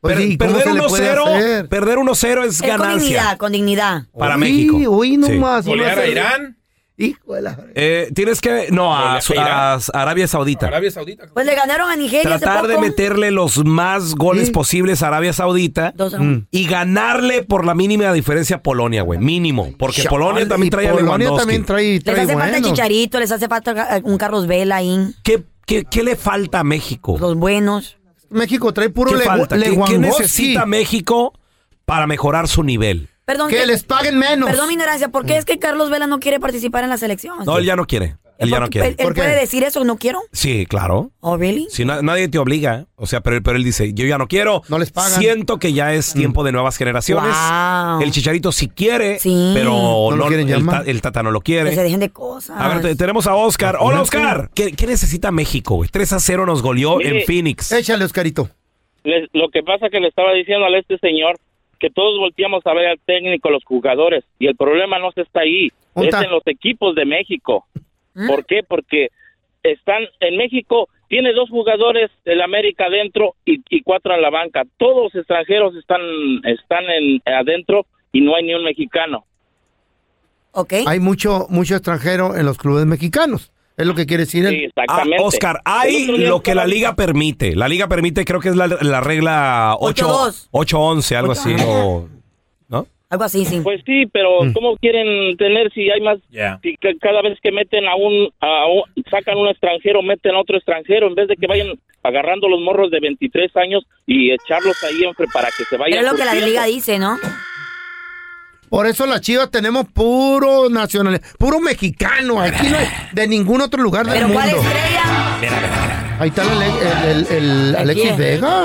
S3: Oye,
S2: Per-
S3: ¿y cómo
S2: perder
S3: se le puede
S2: 1-0,
S3: hacer?
S2: perder 1-0 es
S1: Es con
S2: ganancia.
S1: dignidad, con dignidad.
S2: Para México.
S3: Uy,
S2: Sí.
S3: nomás.
S2: ¿Golear a
S14: Irán?
S3: Hijo de la...
S2: Eh, tienes que no a, su- a Arabia Saudita.
S14: Arabia Saudita.
S1: Pues le ganaron a Nigeria hace
S2: Tratar de
S1: poco.
S2: meterle los más goles posibles a Arabia Saudita
S1: Dos a uno.
S2: Mm. y ganarle por la mínima diferencia a Polonia, güey. Mínimo. Porque
S3: Chale,
S2: Polonia también trae a
S3: Polonia
S2: Lewandowski.
S3: también trae-
S1: Les hace falta Chicharito, les hace falta eh, un Carlos Vela ahí.
S2: ¿Qué, qué, qué le falta a México?
S1: Los buenos.
S3: México trae puro
S2: ¿Qué
S3: le-
S2: falta? ¿Qué- ¿Qué,
S3: Lewandowski.
S2: necesita México para mejorar su nivel?
S1: Perdón,
S3: Que les paguen menos.
S1: Perdón, mi ignorancia. ¿Por qué es que Carlos Vela no quiere participar en la selección?
S2: No, él ya no quiere. Él ya no
S1: Él,
S2: quiere.
S1: él puede decir eso, no quiero.
S2: Sí, claro.
S1: Oh, really?
S2: Si na- nadie te obliga, ¿eh? o sea, pero, pero él dice, yo ya no quiero. No les
S3: pagan.
S2: Siento que ya es tiempo de nuevas generaciones.
S1: Wow.
S2: El chicharito sí quiere, pero
S3: No
S2: no,
S3: lo quieren
S2: el,
S3: llamar.
S2: ta- el tata no lo
S1: Que se
S2: quiere.
S1: dejen de cosas.
S2: A ver, te- tenemos a Oscar. Hola, Oscar. ¿Qué, qué necesita México? güey? 3 a 0 nos goleó
S15: Mire.
S2: en Phoenix.
S3: Échale, Oscarito.
S15: Les- lo que pasa que le estaba diciendo a este señor que todos volteamos a ver al técnico, los jugadores, y el problema no se está ahí,
S3: Junta.
S15: es en los equipos de México.
S1: ¿Mm?
S15: ¿Por qué? Porque están en México, tiene dos jugadores del América adentro y, y cuatro a la banca. Todos extranjeros están, están en, adentro y no hay ni un mexicano.
S3: Hay mucho, mucho extranjero en los clubes mexicanos. Es lo que quiere decir él.
S2: Ah, Oscar, hay lo que la liga permite. La liga permite, creo que es la, la regla 8
S1: 8-2.
S2: 8-11, algo así. o- ¿No?
S1: Algo así, sí.
S15: Pues sí, pero
S3: Mm.
S15: ¿cómo quieren tener si hay más?
S2: Yeah.
S15: si ca- cada vez que meten a un, a un- sacan un extranjero, meten a otro extranjero, en vez de que vayan agarrando los morros de 23 años y echarlos ahí enfre- para que se vayan.
S1: Pero es lo que la
S16: Pues
S15: surtiendo.
S1: liga dice, ¿no?
S3: Por eso las chivas tenemos puro nacional, puro mexicano. Aquí no hay de ningún otro lugar del
S1: Pero
S3: mundo.
S1: ¿cuál estrella?
S3: Ahí está el, Ale- el- el- el Alexis
S1: quién?
S3: Vega.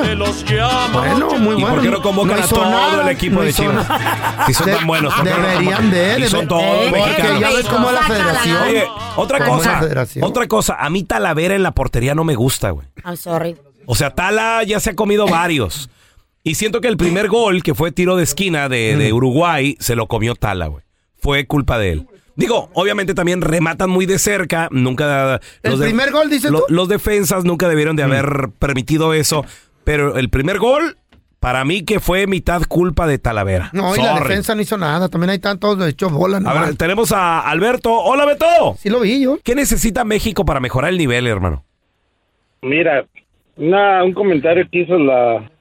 S3: Bueno, Oh, muy
S2: ¿Y
S3: bueno.
S2: por qué no convocan a
S3: hizo
S2: todo
S3: nada,
S2: el equipo
S3: no
S2: de
S3: hizo
S2: Chivas?
S3: nada.
S2: Si son
S3: De-
S2: tan buenos. ¿por qué no los
S3: Deberían
S2: convocan?
S3: de,
S2: Y son
S3: debe-
S2: todos
S3: Porque
S2: mexicanos.
S3: ya ves cómo la federación.
S2: Oye, otra
S3: Cómo la
S2: cosa.
S3: federación.
S2: Otra cosa. A mí Talavera en la portería no me gusta, güey.
S1: I'm sorry.
S2: O sea, Tala ya se ha comido varios. Y siento que el primer gol, que fue tiro de esquina de, de Uruguay, se lo comió Tala, güey. Fue culpa de él. Digo, obviamente también rematan muy de cerca. Nunca.
S3: ¿El
S2: los de-
S3: primer gol, dices
S2: lo-
S3: tú?
S2: Los defensas nunca debieron de haber permitido eso. Pero el primer gol, para mí que fue mitad culpa de Talavera.
S3: No, y la
S2: Sorry.
S3: defensa no hizo nada. También hay tantos hechos bola.
S2: A
S3: nomás.
S2: ver, tenemos a Alberto. Hola, Beto.
S3: Sí, lo vi yo.
S2: ¿Qué necesita México para mejorar el nivel, hermano?
S17: Mira, una- un comentario que hizo la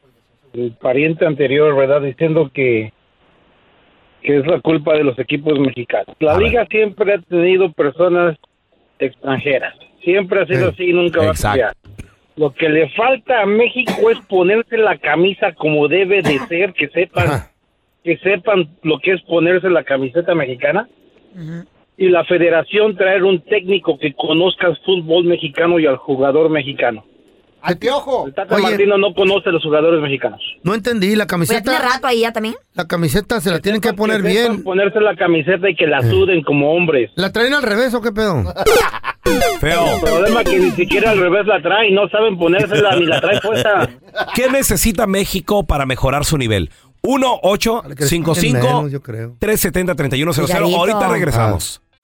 S17: el pariente anterior, ¿verdad? Diciendo que, que es la culpa de los equipos mexicanos. La
S2: A ver.
S17: liga siempre ha tenido personas extranjeras. Siempre ha sido
S2: Sí,
S17: así y nunca va
S2: exacto.
S17: a cambiar. Lo que le falta a México es ponerse la camisa como debe de ser, que sepan, que sepan lo que es ponerse la camiseta mexicana y la federación traer un técnico que conozca el fútbol mexicano y al jugador mexicano.
S3: Al piojo.
S17: El Tata Martino no conoce a los jugadores mexicanos.
S3: No entendí. La
S1: Pues ya tiene
S3: camiseta,
S1: rato ahí ya también.
S3: la camiseta se la tienen que poner
S17: Que sepan
S3: bien. Eh.
S17: Ponerse la camiseta y que la suden como hombres.
S3: ¿La traen al revés o qué pedo?
S2: Feo.
S17: El problema es que ni siquiera al revés la traen, no saben ponérsela ni la traen puesta.
S2: ¿Qué necesita México para mejorar su nivel? 1 8 5
S3: menos,
S2: 5
S3: yo creo.
S2: 370 3100
S3: Cuidadito.
S2: Ahorita regresamos.
S3: [LAUGHS]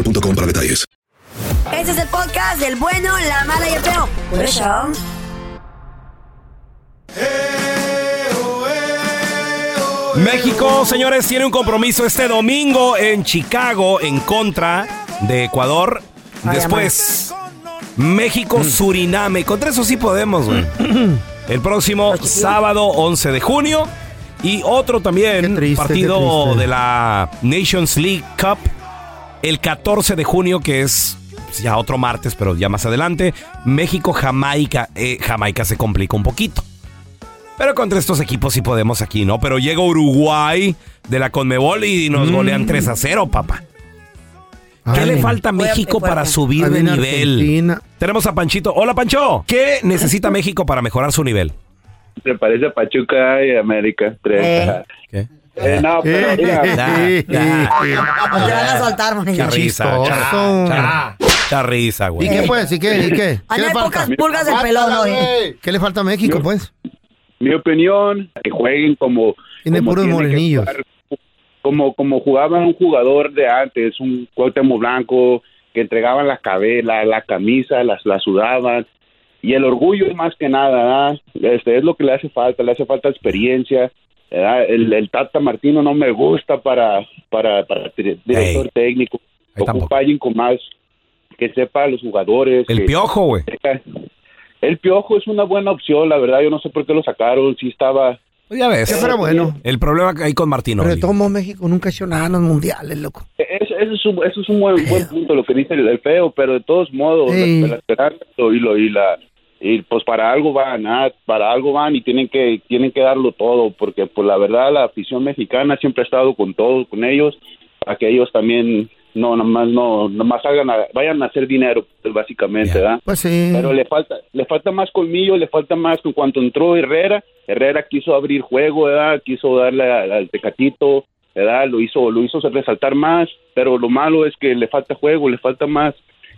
S8: para detalles.
S1: Este es el podcast del bueno, la mala y el feo. Por eso.
S2: México, señores, tiene un compromiso este domingo en Chicago en contra de Ecuador.
S14: Ay, Mm.
S2: Después, México, Suriname. Contra eso sí
S14: [CLEARS THROAT]
S2: podemos, güey. El próximo sábado 11 de junio. Y otro también
S14: qué
S2: partido
S14: triste.
S2: de la Nations League Cup el 14 de junio, que es ya otro martes, pero ya más adelante. México-Jamaica. Eh, Jamaica se complica un poquito. Pero contra estos equipos sí podemos aquí, ¿no? Pero llega Uruguay de la Conmebol y nos golean 3 a 0, papá. ¿Qué le falta a México para subir de
S3: Adivina
S2: nivel?
S3: Argentina.
S2: Tenemos a Panchito. Hola, Pancho. ¿Qué necesita México para mejorar su nivel?
S18: Se parece a Pachuca y América. Tres.
S2: Eh.
S18: Ajá. Eh, no, pero mira.
S2: [LAUGHS] Ya, ya.
S1: No te van a soltar,
S2: Qué
S1: manito.
S2: risa, cha, cha, cha risa, güey.
S3: ¿Y qué pues? ¿Y qué? ¿Y qué?
S1: Ahí
S3: ¿Qué
S1: hay
S3: le falta?
S1: pocas pulgas del pelón, ¿no?
S3: Ándale. ¿Qué le falta a México, pues?
S18: Mi opinión, que jueguen como.
S3: Tiene
S18: como
S3: puros
S18: tiene que
S3: morenillos.
S18: jugar, como, como jugaba un jugador de antes, un Cuauhtémoc Blanco, que entregaban las cabezas, las camisas, las, las sudaban. Y el orgullo, más que nada, ¿verdad? este es lo que le hace falta, le hace falta experiencia. ¿verdad? El, el Tata Martino no me gusta para, para, para dire- director técnico. Ocupa alguien con más que sepa a los jugadores.
S2: El
S18: que-
S2: piojo, güey.
S18: El piojo es una buena opción, la verdad. Yo no sé por qué lo sacaron. Sí estaba.
S2: Pues
S18: Eh,
S2: Ya ves.
S18: Pero bueno.
S2: El problema que hay con Martino.
S3: Pero de todos modos, México nunca ha hecho nada en los mundiales, loco.
S18: Eso, eso eh, es un, eso es un buen, buen punto lo que dice el, el feo, pero de todos modos,
S3: Sí.
S18: la, la esperanza y, lo, y la. Y pues para algo van, ah, para algo van y tienen que tienen que darlo todo, porque pues la verdad la afición mexicana siempre ha estado con todos, con ellos, para que ellos también no nomás no nomás hagan a- vayan a hacer dinero pues, básicamente, ¿verdad?
S3: Pues sí.
S18: Pero le falta, le falta más colmillo, le falta más que cuando entró Herrera, Herrera quiso abrir juego, ¿verdad? quiso darle a- al Tecatito, ¿verdad? lo hizo, lo hizo resaltar más, pero lo malo es que le falta juego, le falta más,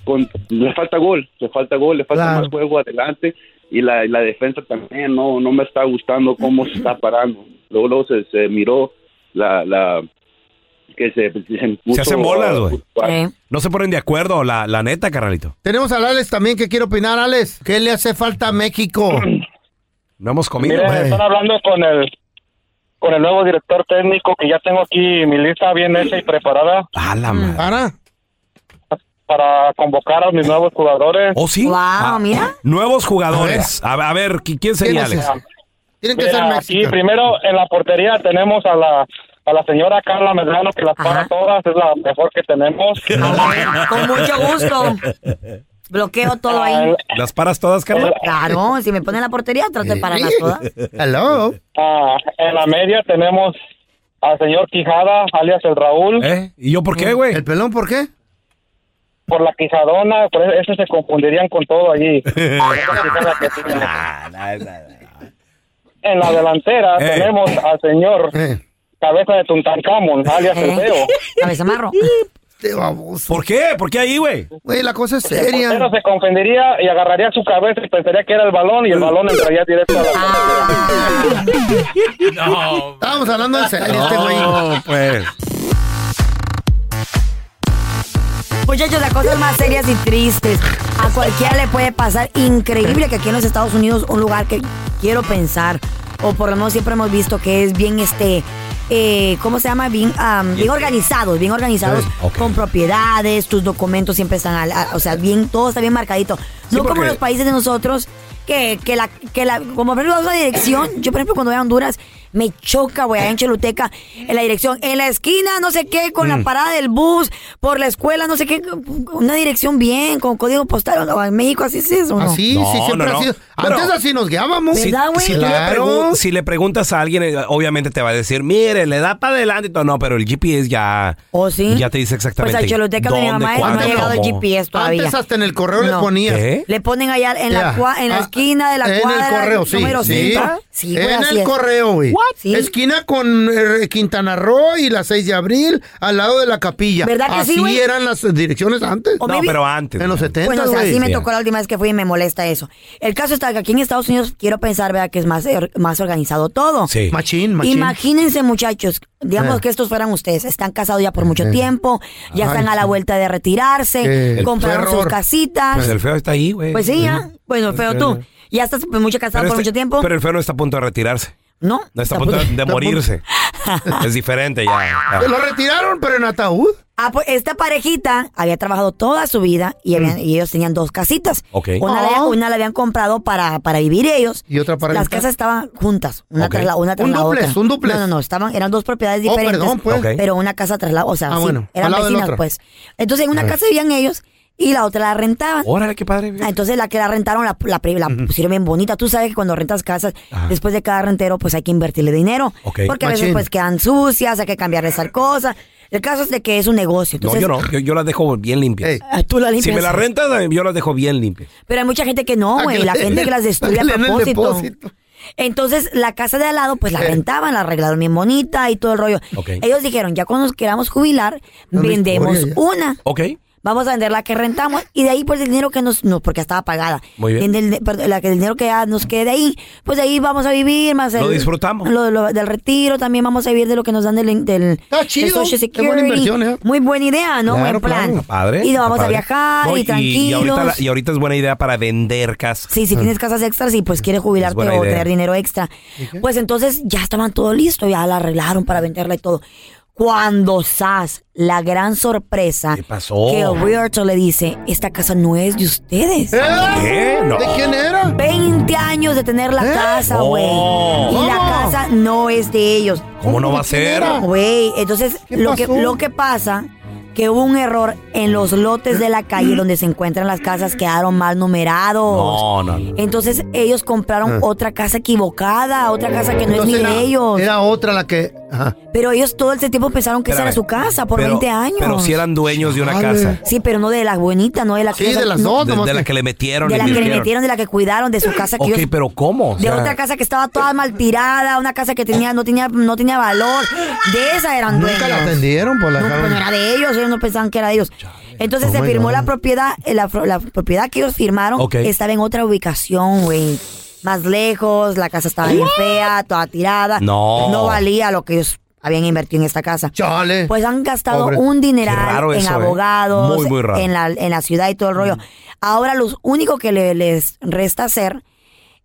S18: con- le falta gol, le falta gol, le falta
S3: Claro.
S18: más juego adelante y la, y la defensa también no, no me está gustando cómo se está parando. Luego, luego se, se miró la, la que se, se,
S2: Se hacen bolas, güey.
S18: Ah,
S2: No se ponen de acuerdo, la, la neta, carnalito.
S3: Tenemos al Alex también que quiere opinar, Alex. ¿Qué le hace falta a México?
S2: No hemos comido.
S3: Mira,
S2: güey.
S3: están
S16: hablando con el con el nuevo director técnico que ya tengo aquí mi lista bien hecha y preparada.
S2: A la
S3: ¿Para?
S16: Para convocar a mis nuevos jugadores.
S2: ¿Oh, sí?
S16: Ah,
S2: Nuevos jugadores. A ver, a ver, ¿qui- ¿quién sería
S16: ¿Quién
S2: Alex?
S16: es ese? Mira, aquí primero en la portería tenemos a la a la señora Carla Medrano que las para todas, es la mejor que tenemos.
S1: Con mucho gusto. Bloqueo todo ahí.
S2: ¿Las paras todas, Carla?
S1: [LAUGHS] Claro, si me ponen la portería, trato de pararla toda.
S3: Hello.
S16: Ah, en la media tenemos al señor Quijada, alias el Raúl.
S2: ¿Eh? ¿Y yo por qué, güey? ¿El
S3: pelón por qué?
S16: Por la quijadona, por eso esos se confundirían con
S2: [LAUGHS]
S16: todo allí. En la delantera
S2: Eh.
S16: tenemos al señor
S3: Eh.
S16: Cabeza de Tuntancamón, alias el Feo.
S1: Eh, Cabeza marro.
S2: ¿Por qué? ¿Por qué ahí, güey?
S3: Güey, la cosa es
S16: El portero se confundiría y agarraría su cabeza y pensaría que era el balón y el balón entraría directo a la
S3: Ah.
S2: [LAUGHS]
S3: este Estábamos hablando en serio, este güey.
S2: No, pues.
S1: Muchachos, las cosas más serias y tristes. A cualquiera le puede pasar. Increíble que aquí en los Estados Unidos, un lugar que quiero pensar, o por lo menos siempre hemos visto que es bien este. eh, ¿Cómo se llama? Bien, am, bien organizados, bien organizados, con propiedades, tus documentos siempre están, al- a- o sea, bien, todo está bien marcadito.
S19: Sí,
S1: no como
S19: porque-
S1: los países de nosotros, que, que la, que la, como por ejemplo la dirección, yo por ejemplo cuando voy a Honduras, me choca, güey, allá
S19: Eh.
S1: en Choluteca, en la dirección, en la esquina, no sé qué, con la
S19: Mm.
S1: parada del bus, por la escuela, no sé qué, una dirección bien, con código postal, o en México así es eso, ¿no?
S3: Así, sí, siempre ha sido.
S2: Bueno,
S3: Antes así nos guiábamos.
S2: Si,
S1: Ah,
S2: si tú le pregun- si le preguntas a alguien, eh, obviamente te va a decir, mire, le da para adelante y todo. No, pero el GPS ya, ya te dice
S1: Pues
S2: exactamente.
S1: al Choluteca de mi
S2: dónde,
S1: mamá no ha
S2: cuándo,
S1: llegado el
S2: cómo.
S1: GPS todavía.
S3: Antes hasta en el correo le ponías. ¿Qué?
S1: Le ponen allá en la,
S3: Ya.
S1: cua- en la
S3: Ah,
S1: esquina de la
S3: en
S1: cuadra.
S3: el correo, sí.
S1: número
S3: sí.
S1: cinco. Sí, güey,
S3: en
S1: así
S3: el
S1: es.
S3: correo, güey.
S1: Sí.
S3: Esquina con eh, Quintana Roo y la 6 de abril, al lado de la capilla.
S1: ¿Verdad que sí,
S3: Así
S1: güey?
S3: eran las direcciones antes.
S1: O No, maybe- pero
S2: antes.
S3: En los 70,
S1: Bueno, o sea,
S3: güey.
S1: sí me tocó la última vez que fui y me molesta eso. El caso está que aquí en Estados Unidos quiero pensar, vea, que es más, er- más organizado todo.
S3: Sí. Machín, machín.
S1: Imagínense, muchachos, digamos
S3: Eh.
S1: que estos fueran ustedes, están casados ya por mucho
S2: Eh.
S1: tiempo, ya
S2: Ay,
S1: están a la
S2: sí.
S1: vuelta de retirarse,
S2: Eh,
S1: compraron
S2: tu
S1: sus
S2: error.
S1: casitas.
S2: Pues el feo está ahí, güey.
S1: Pues sí, ya. Bueno, feo tú. Ya estás pues, mucho casado
S2: Pero
S1: por
S2: este-
S1: mucho tiempo.
S2: Pero el feo no está a punto de retirarse.
S1: No.
S2: No está a punto de morirse. es diferente ya.
S3: Ah. Lo retiraron, pero en ataúd.
S1: Ah, pues esta parejita había trabajado toda su vida y, habían-
S3: Mm.
S1: y ellos tenían dos casitas.
S2: Ok. Oh.
S1: Una, la, habían- una la habían comprado para, para vivir ellos.
S3: Oh. Y otra para
S1: Las
S3: rentar.
S1: casas estaban juntas, una
S3: Ok.
S1: tras la, una tras
S3: Un
S1: la
S3: dúplex,
S1: otra.
S3: un dúplex.
S1: No, no, no, estaban, eran dos propiedades
S3: Oh,
S1: diferentes.
S3: perdón, pues. Ok.
S1: Pero una casa tras la, o sea,
S3: Ah,
S1: sí,
S3: bueno, al
S1: eran
S3: lado de la
S1: vecinas,
S3: otra.
S1: pues. Entonces, en una
S3: Ah.
S1: casa vivían ellos y la otra la rentaban.
S2: Órale, qué padre.
S1: Ah, Entonces, la que la rentaron la, la, pri- la pusieron bien bonita. Tú sabes que cuando rentas casas, después de cada rentero, pues hay que invertirle dinero.
S2: Ok.
S1: Porque a veces,
S2: Machín.
S1: pues, quedan sucias, hay que cambiarles tal cosa. El caso es de que es un negocio.
S2: No,
S1: Entonces,
S2: yo no. Yo, yo las dejo bien limpias.
S1: Ah, tú las
S2: Si
S1: limpias.
S2: me las rentas, eh, yo las dejo bien limpias.
S1: Pero hay mucha gente que no,
S19: Ah,
S1: güey.
S19: que
S1: La
S19: le- [LAUGHS]
S1: gente que las destruye a
S19: que le den el
S1: propósito.
S19: depósito.
S1: Entonces, la casa de al lado, pues la rentaban, la arreglaron bien bonita y todo el rollo.
S19: Ok.
S1: Ellos dijeron, ya cuando nos queramos jubilar,
S19: Una
S1: vendemos
S19: historia ya.
S1: una.
S2: Ok.
S1: Vamos a vender la que rentamos y de ahí, pues el dinero que nos. No, porque estaba pagada.
S2: Muy bien.
S1: En el- perdón, la que- el dinero que ya nos quede de ahí, pues de ahí vamos a vivir más.
S2: Lo
S1: el-
S2: disfrutamos.
S1: Lo, lo- del retiro, también vamos a vivir de lo que nos dan del. del del
S19: chido,
S1: Social
S19: qué
S1: Security.
S19: buena inversión, ¿eh?
S1: Muy buena idea, Ah, ¿no?
S2: Claro,
S1: Buen plan.
S2: claro, padre,
S1: y nos vamos
S2: padre.
S1: a viajar
S2: No,
S1: y, tranquilos.
S2: Y ahorita, la- y ahorita es buena idea para vender casas.
S1: Sí, si tienes casas extras y pues quieres jubilarte o
S2: Ah. buena idea.
S1: tener dinero extra. Pues entonces ya estaban todo listo, ya la arreglaron para venderla y todo. Cuando SAS, la gran sorpresa,
S2: pasó?
S1: que el realtor le dice, esta casa no es de ustedes.
S2: ¿Eh? ¿Qué? No. Oh. ¿De quién
S3: era?
S1: 20 años de tener la casa, güey. Y la casa no es de ellos.
S2: ¿Cómo no va a ser?
S1: Güey, entonces lo que,
S19: pasó?
S1: lo que pasa que hubo un error en los lotes de la calle donde se encuentran las casas quedaron mal numerados.
S2: No, no, no.
S1: Entonces ellos compraron
S3: Ah.
S1: otra casa equivocada, otra casa que no
S3: Entonces
S1: es ni
S3: era-
S1: de ellos.
S3: Era otra la que. Ajá.
S1: Pero ellos todo ese tiempo pensaron que esa era
S2: Espérame.
S1: su casa por
S2: Pero-
S1: 20 años.
S2: Pero si eran dueños de una casa.
S1: Sí, pero no de las bonitas, no de las que no,
S2: De, de la que le metieron.
S1: de la que le
S2: invirtieron.
S1: metieron, de la que cuidaron, de su casa que
S2: Ok,
S1: ellos-
S2: pero ¿cómo? O
S1: de
S2: sea,
S1: otra casa que estaba toda mal tirada, una casa que tenía no tenía no tenía valor. De esa eran dueños.
S3: Nunca la atendieron por la
S1: No, pues no era de ellos, ellos no pensaban que era de ellos. Entonces
S3: Oh
S1: se
S3: my
S1: firmó
S3: God.
S1: la propiedad, eh, la, pro- la propiedad que ellos firmaron
S19: Ok.
S1: estaba en otra ubicación, güey. Más lejos, la casa estaba bien fea, toda tirada.
S19: No.
S1: No valía lo que ellos habían invertido en esta casa.
S3: Chale.
S1: Pues han gastado
S19: Pobre.
S1: un
S19: Qué
S1: dineral
S19: raro
S1: en
S19: eso, eh.
S1: abogados,
S19: Muy, muy raro.
S1: En, la, en la ciudad y todo el rollo. Ahora lo único que le- les resta hacer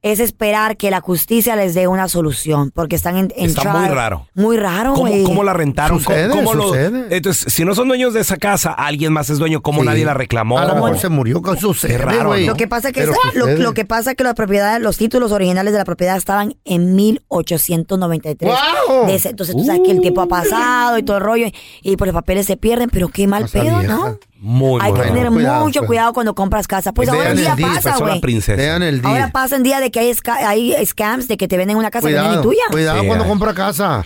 S1: es esperar que la justicia les dé una solución, porque están en, en
S2: Está
S1: trial.
S2: muy raro.
S1: Muy raro,
S2: ¿Cómo,
S1: güey.
S2: cómo la rentaron? ¿Cómo-
S3: Sucede,
S2: cómo lo-
S3: sucede.
S2: Entonces, si no son dueños de esa casa, alguien más es dueño. ¿Cómo nadie la reclamó?
S3: A lo mejor se murió con su
S2: Qué raro, ¿no?
S1: Lo que pasa que
S2: Pero
S1: esa- lo,
S2: sucede.
S1: lo que pasa que las propiedades, los títulos originales de la propiedad estaban en 1893.
S19: ¡Guau!
S1: De ese- entonces tú sabes que el tiempo ha pasado y todo el rollo y pues los papeles se pierden, pero qué mal pedo, ¿no?
S3: Pues
S2: Muy,
S1: Hay
S2: muy
S1: que
S2: raro.
S1: tener mucho cuidado cuando compras casa. Pues ahora en día pasa,
S2: Persona
S1: güey.
S2: princesa.
S1: Ahora pasa en día de que hay, esca- hay scams de que te venden una casa que no es ni
S3: Cuidado,
S1: tuya.
S3: cuidado cuando compra casa.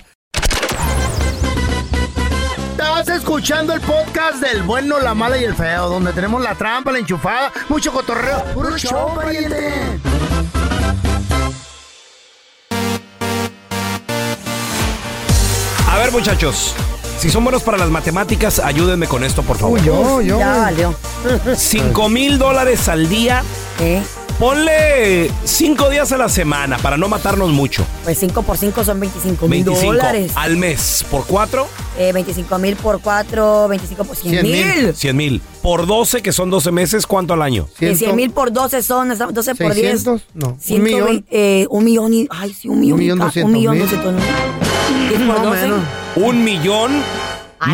S3: Estás escuchando el podcast del bueno, la mala y el feo, donde tenemos la trampa, la enchufada, mucho cotorreo. ¡Puro show, pariente!
S2: A ver, muchachos. Si son buenos para las matemáticas, ayúdenme con esto, por favor.
S3: Uy, yo, yo.
S1: Ya valió.
S2: 5 mil dólares al día Ponle cinco días a la semana para no matarnos mucho.
S1: Pues 5 por 5 son 25 mil
S2: 25
S1: dólares.
S2: al mes por cuatro.
S1: Eh, 25 mil por 4, 25 por 100 mil.
S2: 100 mil. Por 12, que son 12 meses, ¿cuánto al año?
S1: 100 mil por 12 son, 12 por 10.
S3: 600, no.
S1: Un millón. Eh, un millón y, ay, sí, un millón.
S3: Un millón
S1: y ca-
S3: doscientos
S1: Un millón
S3: mil.
S1: doscientos mil. Diez por doce.
S2: Un millón.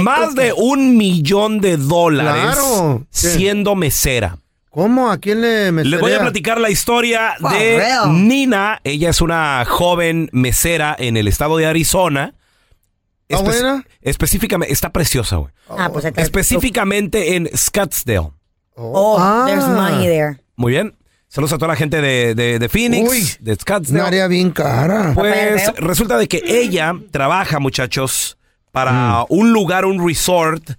S2: más de un millón de dólares
S3: Claro. Sí.
S2: siendo mesera.
S3: ¿Cómo? ¿A quién le me
S2: Les voy a platicar la historia
S3: For
S2: de
S3: real.
S2: Nina. Ella es una joven mesera en el estado de Arizona.
S3: ¿Está buena?
S2: Específicamente, está preciosa, güey.
S1: Ah, pues acá-
S2: Específicamente en Scottsdale.
S1: Oh,
S3: Ah,
S1: there's money there.
S2: Muy bien. Saludos a toda la gente de, de- de Phoenix,
S3: Uy,
S2: de Scottsdale.
S3: Una área bien cara.
S2: Pues resulta de que ella trabaja, muchachos,
S3: Mm.
S2: para un lugar, un resort,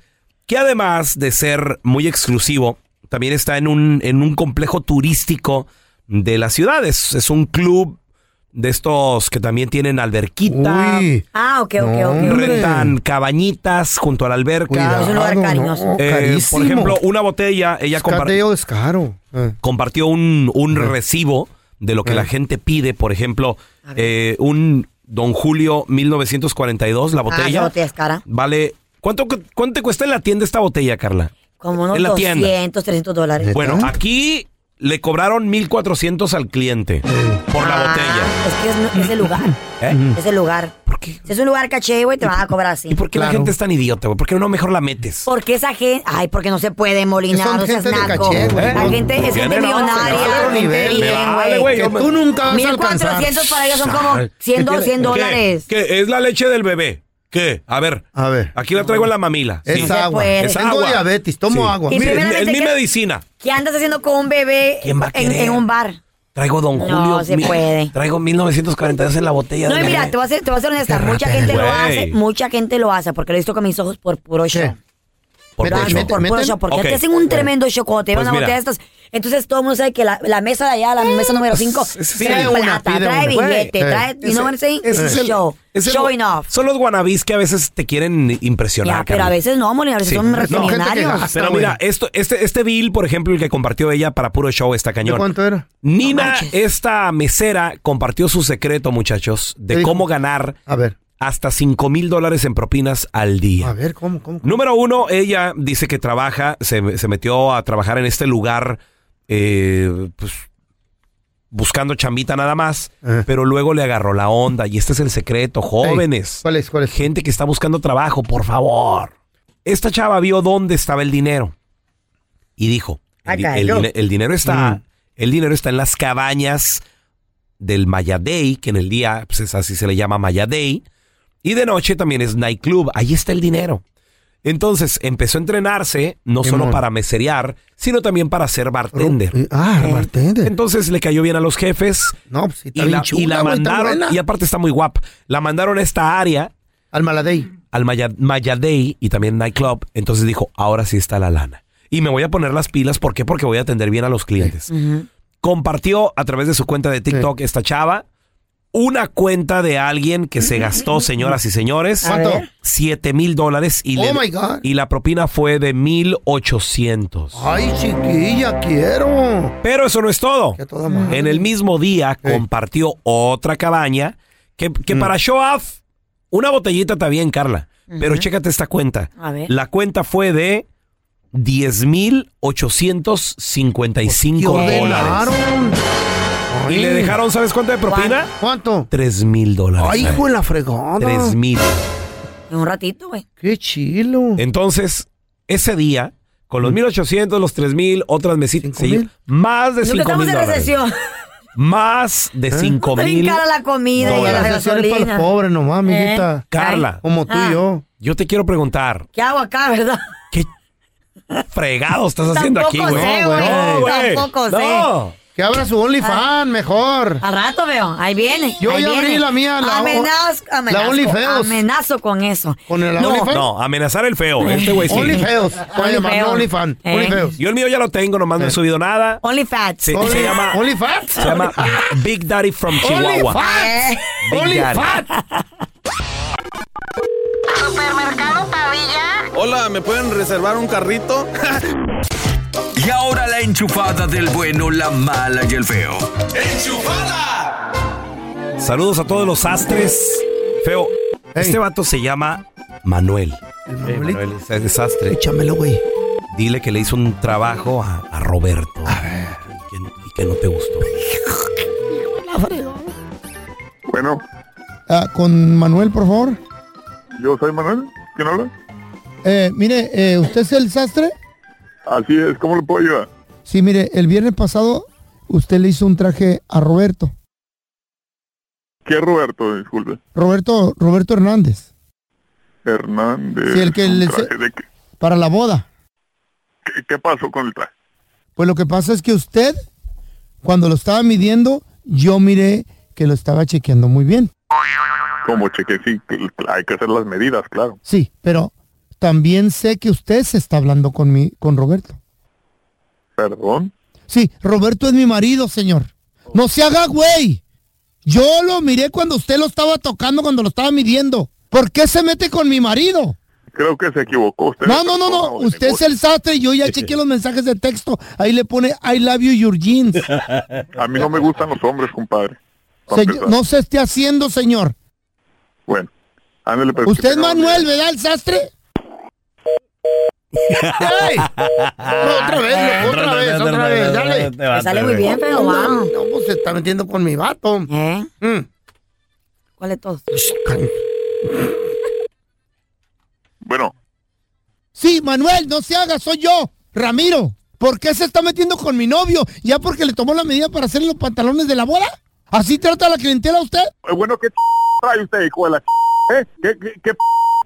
S2: que además de ser muy exclusivo, también está en un, en un complejo turístico de las ciudades. Es un club de estos que también tienen alberquita.
S1: Ah, ok, ok,
S2: No,
S1: ok.
S2: Rentan cabañitas junto a la alberca.
S3: Cuidado, Es un lugar cariñoso. no,
S2: Eh,
S3: carísimo.
S2: por ejemplo, una botella, ella comparte
S3: Escateo es caro. Eh.
S2: compartió un, un recibo de lo que
S3: Ah.
S2: la gente pide, por ejemplo, eh, un Don Julio 1942, la
S1: Ah, esa
S2: botella.
S1: botella es cara.
S2: vale, ¿cuánto, cu- ¿cuánto te cuesta en la tienda esta botella, Carla?
S1: Como unos
S2: En la
S1: 200,
S2: tienda.
S1: 300 dólares.
S2: Bueno, aquí le cobraron 1400 al cliente por la botella.
S1: Es que es, es el lugar.
S2: ¿eh?
S1: Es el lugar. ¿Por qué? Si es un lugar caché, güey, te van a cobrar así.
S2: ¿Por qué la gente es tan idiota, güey? ¿Por qué no mejor la metes?
S1: Porque esa gente. Ay, porque no se puede, Molina.
S3: Son
S1: no seas
S3: gente de
S1: naco.
S3: caché, güey.
S1: La gente es
S3: Tiene,
S1: gente
S3: no,
S1: millonaria.
S3: señor.
S1: gente
S3: Nivel,
S1: bien,
S3: me
S1: güey.
S3: vale, güey, yo me- Tú nunca vas a
S1: 1400 para ellos son como
S2: Ay.
S1: 100,
S2: ¿Qué tiene?
S1: 100
S2: ¿Qué?
S1: dólares.
S2: ¿Qué? ¿Es la leche del bebé? ¿Qué? A ver. A ver. Aquí la traigo en la mamila.
S3: Es agua. Se puede.
S2: Es
S3: Tengo
S2: agua.
S3: diabetes, tomo agua.
S2: Mire,
S1: primeramente,
S2: es mi
S1: ¿qué-
S2: medicina.
S1: ¿Qué andas haciendo con un bebé
S2: ¿Quién va a
S1: en,
S2: querer?
S1: en un bar?
S2: Traigo Don
S1: No,
S2: Julio.
S1: se
S2: mi-
S1: puede.
S2: Traigo 1942 en la botella.
S1: No,
S2: de
S1: y
S2: la-
S1: mira, te voy a ser, te voy a ser honesta. Mucha gente lo
S2: Güey.
S1: hace. Mucha gente lo hace porque lo he visto con mis ojos por puro show.
S2: Por
S1: Lo
S2: pecho.
S1: hacen por puro show, porque
S2: Ok.
S1: te hacen un tremendo show cuando te llevan
S2: Pues
S1: una botella
S2: mira.
S1: de estas. Entonces todo el mundo sabe que la, la mesa de allá, la mesa número 5,
S2: Pues sí,
S1: trae
S2: pide una,
S1: plata,
S2: pide
S1: trae
S2: una.
S1: billete,
S2: Güey.
S1: trae, you
S2: Ese-
S1: know what I'm saying?
S2: ese es el-
S1: show.
S2: es el-
S1: Showing off.
S2: Son los wannabis que a veces te quieren impresionar.
S1: Ya, pero a
S2: Carmen.
S1: veces no, Molina, a veces
S2: Sí.
S1: son
S2: No, gente que
S1: millonarios.
S2: gasta, Pero mira, esto, este, este bill, por ejemplo, el que compartió ella para puro show está
S3: ¿De
S2: cañón.
S3: cuánto era?
S2: Nina, esta mesera, compartió su secreto, muchachos, de cómo ganar hasta 5 mil dólares en propinas al día.
S3: A ver, ¿cómo, cómo?
S2: Número uno, ella dice que trabaja, se, se metió a trabajar en este lugar, eh, pues, buscando chambita nada más, pero luego le agarró la onda. Y este es el secreto, jóvenes.
S3: ¿Cuáles, cuáles?
S2: Gente que está buscando trabajo, por favor. Esta chava vio dónde estaba el dinero y dijo,
S3: Ah,
S2: el, di-
S3: cayó. Mm.
S2: el dine- el dinero está, el dinero está en las cabañas del Maya Day, que en el día, pues es así se le llama Maya Day, y de noche también es nightclub, ahí está el dinero. Entonces empezó a entrenarse, no
S3: Qué
S2: solo
S3: mon.
S2: para meserear, sino también para ser bartender.
S3: Ah, bartender.
S2: Eh, Entonces le cayó bien a los jefes.
S3: No, pues sí, está
S2: y,
S3: bien
S2: la,
S3: chula,
S2: y la
S3: güey, está
S2: mandaron,
S3: buena.
S2: y aparte está muy guapa, la mandaron a esta área.
S3: Al Maladey.
S2: Al Maya, Maya Day y también nightclub. Entonces dijo, ahora sí está la lana. Y me voy a poner las pilas, ¿por qué? Porque voy a atender bien a los clientes. Compartió a través de su cuenta de TikTok esta chava una cuenta de alguien que se gastó, señoras y señores,
S3: A ver.
S2: 7 mil dólares y, le-
S3: Oh, my God.
S2: y la propina fue de 1,800.
S3: Ay, chiquilla, quiero.
S2: Pero eso no es todo. En el mismo día compartió otra cabaña que, que
S3: Mm.
S2: para show off, una botellita está bien, Carla. Pero chécate esta cuenta.
S1: A ver.
S2: La cuenta fue de 10.855 dólares. Y
S3: Mm.
S2: le dejaron, ¿sabes cuánto de propina?
S3: ¿Cuánto?
S2: 3 mil dólares.
S3: Ay, hijo de la fregada.
S2: 3 mil.
S1: En un ratito, güey.
S3: Ah, Qué chilo. Mm.
S2: Entonces, ese día, con los 1.800, los 3 mil, otras mesitas, se llevó más de
S1: Nunca
S2: 5
S1: estamos
S2: este mil
S1: en
S2: dólares.
S1: recesión. [LAUGHS]
S2: Más de 5
S1: Está
S2: mil
S1: bien cara la comida y la
S2: dólares.
S3: Sociales ¿Eh? para
S1: gasolina.
S3: los pobres nomás, amiguita.
S1: Eh. Ah.
S2: Carla.
S3: Como tú y yo.
S2: Yo te quiero preguntar,
S1: ¿Qué hago acá, verdad?
S2: fregado estás haciendo aquí,
S1: Tampoco
S2: güey.
S1: sé,
S2: No,
S1: güey.
S2: güey.
S1: Tampoco sé.
S2: No.
S3: Que abra su OnlyFans mejor.
S1: Al rato veo, ahí viene.
S3: Yo
S1: ahí
S3: ya
S1: viene.
S3: abrí la mía, la-
S1: amenazo,
S3: la
S1: amenazo,
S3: OnlyFans.
S1: Amenazo con eso.
S3: Con el
S2: No,
S3: OnlyFans.
S2: no, amenazar el feo. Este güey sí.
S3: OnlyFans. Voy a llamar, no OnlyFans.
S2: Eh.
S3: OnlyFans. Eh.
S2: Yo el mío ya lo tengo, nomás no he subido nada.
S1: OnlyFans.
S2: Se, se llama,
S3: OnlyFans. [LAUGHS]
S2: se llama Big Daddy from Chihuahua.
S1: Eh.
S2: Big Daddy.
S16: [LAUGHS]
S19: Hola, ¿me pueden reservar un carrito?
S4: Y ahora la enchufada del bueno, la mala y el feo.
S20: Saludos a todos los astres. Feo, este vato se llama Manuel. Ey, Manuel es el desastre. Échamelo, güey. Dile que le hizo un trabajo a, a Roberto. Y que, y que no te gustó.
S19: Bueno,
S3: Ah, con Manuel, por favor.
S19: yo soy Manuel. ¿Quién habla?
S3: Eh, mire, eh, ¿usted es el sastre?
S19: Así es, ¿cómo le puedo ayudar?
S3: Sí, mire, el viernes pasado usted le hizo un traje a Roberto.
S19: ¿Qué Roberto? Disculpe.
S3: Roberto, Roberto Hernández,
S19: Hernández.
S3: Sí, el que
S19: un
S3: le-
S19: traje de qué-
S3: para la boda.
S19: qué, qué pasó con el traje?
S3: Pues lo que pasa es que usted, cuando lo estaba midiendo, yo miré que lo estaba chequeando muy bien.
S19: Como cheque, sí, cl- cl- hay que hacer las medidas, claro.
S3: Sí, pero también sé que usted se está hablando con, mi, con Roberto.
S19: Perdón.
S3: Sí, Roberto es mi marido, señor. No se haga, güey. Yo lo miré cuando usted lo estaba tocando, cuando lo estaba midiendo. ¿Por qué se mete con mi marido?
S19: Creo que se equivocó usted.
S3: No, no, no, no. Usted es el sastre.
S21: [LAUGHS]
S3: Yo ya chequeé los mensajes de texto. Ahí le pone I love you,
S21: [LAUGHS]
S3: your jeans.
S19: A mí no me gustan los hombres, compadre. Para
S3: Señor,
S19: empezar.
S3: no se esté haciendo, señor.
S19: Bueno, ándale, pues, que
S3: Usted es
S19: tenga buen [LAUGHS]
S3: Manuel, ¿verdad, el sastre?
S21: ¡Ey! Otra vez, loco, otra vez, otra vez, dale.
S20: Te va, te va.
S21: pero wow. No, pues se está metiendo con mi vato. Mm.
S1: ¿Eh?
S21: ¿Cuál es todo?
S19: Bueno,
S3: Sí, Manuel, no se haga, soy yo, Ramiro. ¿Por qué se está metiendo con mi novio? ¿Ya porque le tomó la medida para hacerle los pantalones de la boda? ¿Así trata a la clientela usted?
S19: eh, bueno, ¿qué [LAUGHS] trae usted, hijo de la [LAUGHS] ¿Eh? ¿Qué, qué, [LAUGHS] qué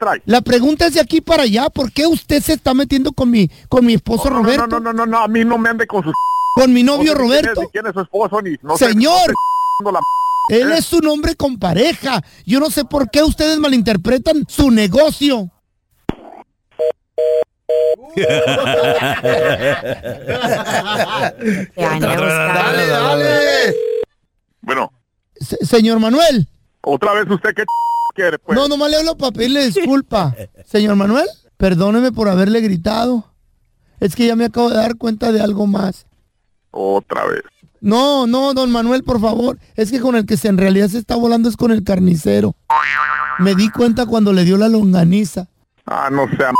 S19: trae?
S3: La pregunta es de aquí para allá. ¿Por qué usted se está metiendo con mi, con mi esposo
S19: No, no,
S3: Roberto?
S19: No, no, no, no, no, a mí no me ande con sus...
S3: Con mi novio
S19: no sé ni quién es,
S3: Roberto.
S19: ni quién es su esposo, ni... No sé,
S3: Señor,
S19: no sé, la-
S3: él es un hombre con pareja. Yo no sé por qué ustedes malinterpretan su
S19: [LAUGHS]
S3: negocio.
S21: Dale, dale.
S19: Bueno,
S3: Se- señor Manuel.
S19: otra vez usted qué quiere, pues.
S3: No, nomás le hablo para pedirle disculpa. Señor Manuel, perdóneme por haberle gritado. Es que ya me acabo de dar cuenta de algo más.
S19: Otra vez.
S3: No, no, don Manuel, por favor. Es que con el que se en realidad se está volando es con el carnicero. Me di cuenta cuando le dio la longaniza.
S19: Ah, no sea...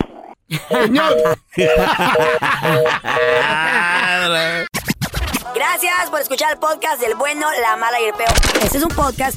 S19: m-
S3: Señor.
S21: [LAUGHS]
S1: Gracias por escuchar el podcast del bueno, la mala y el peor. Este es un podcast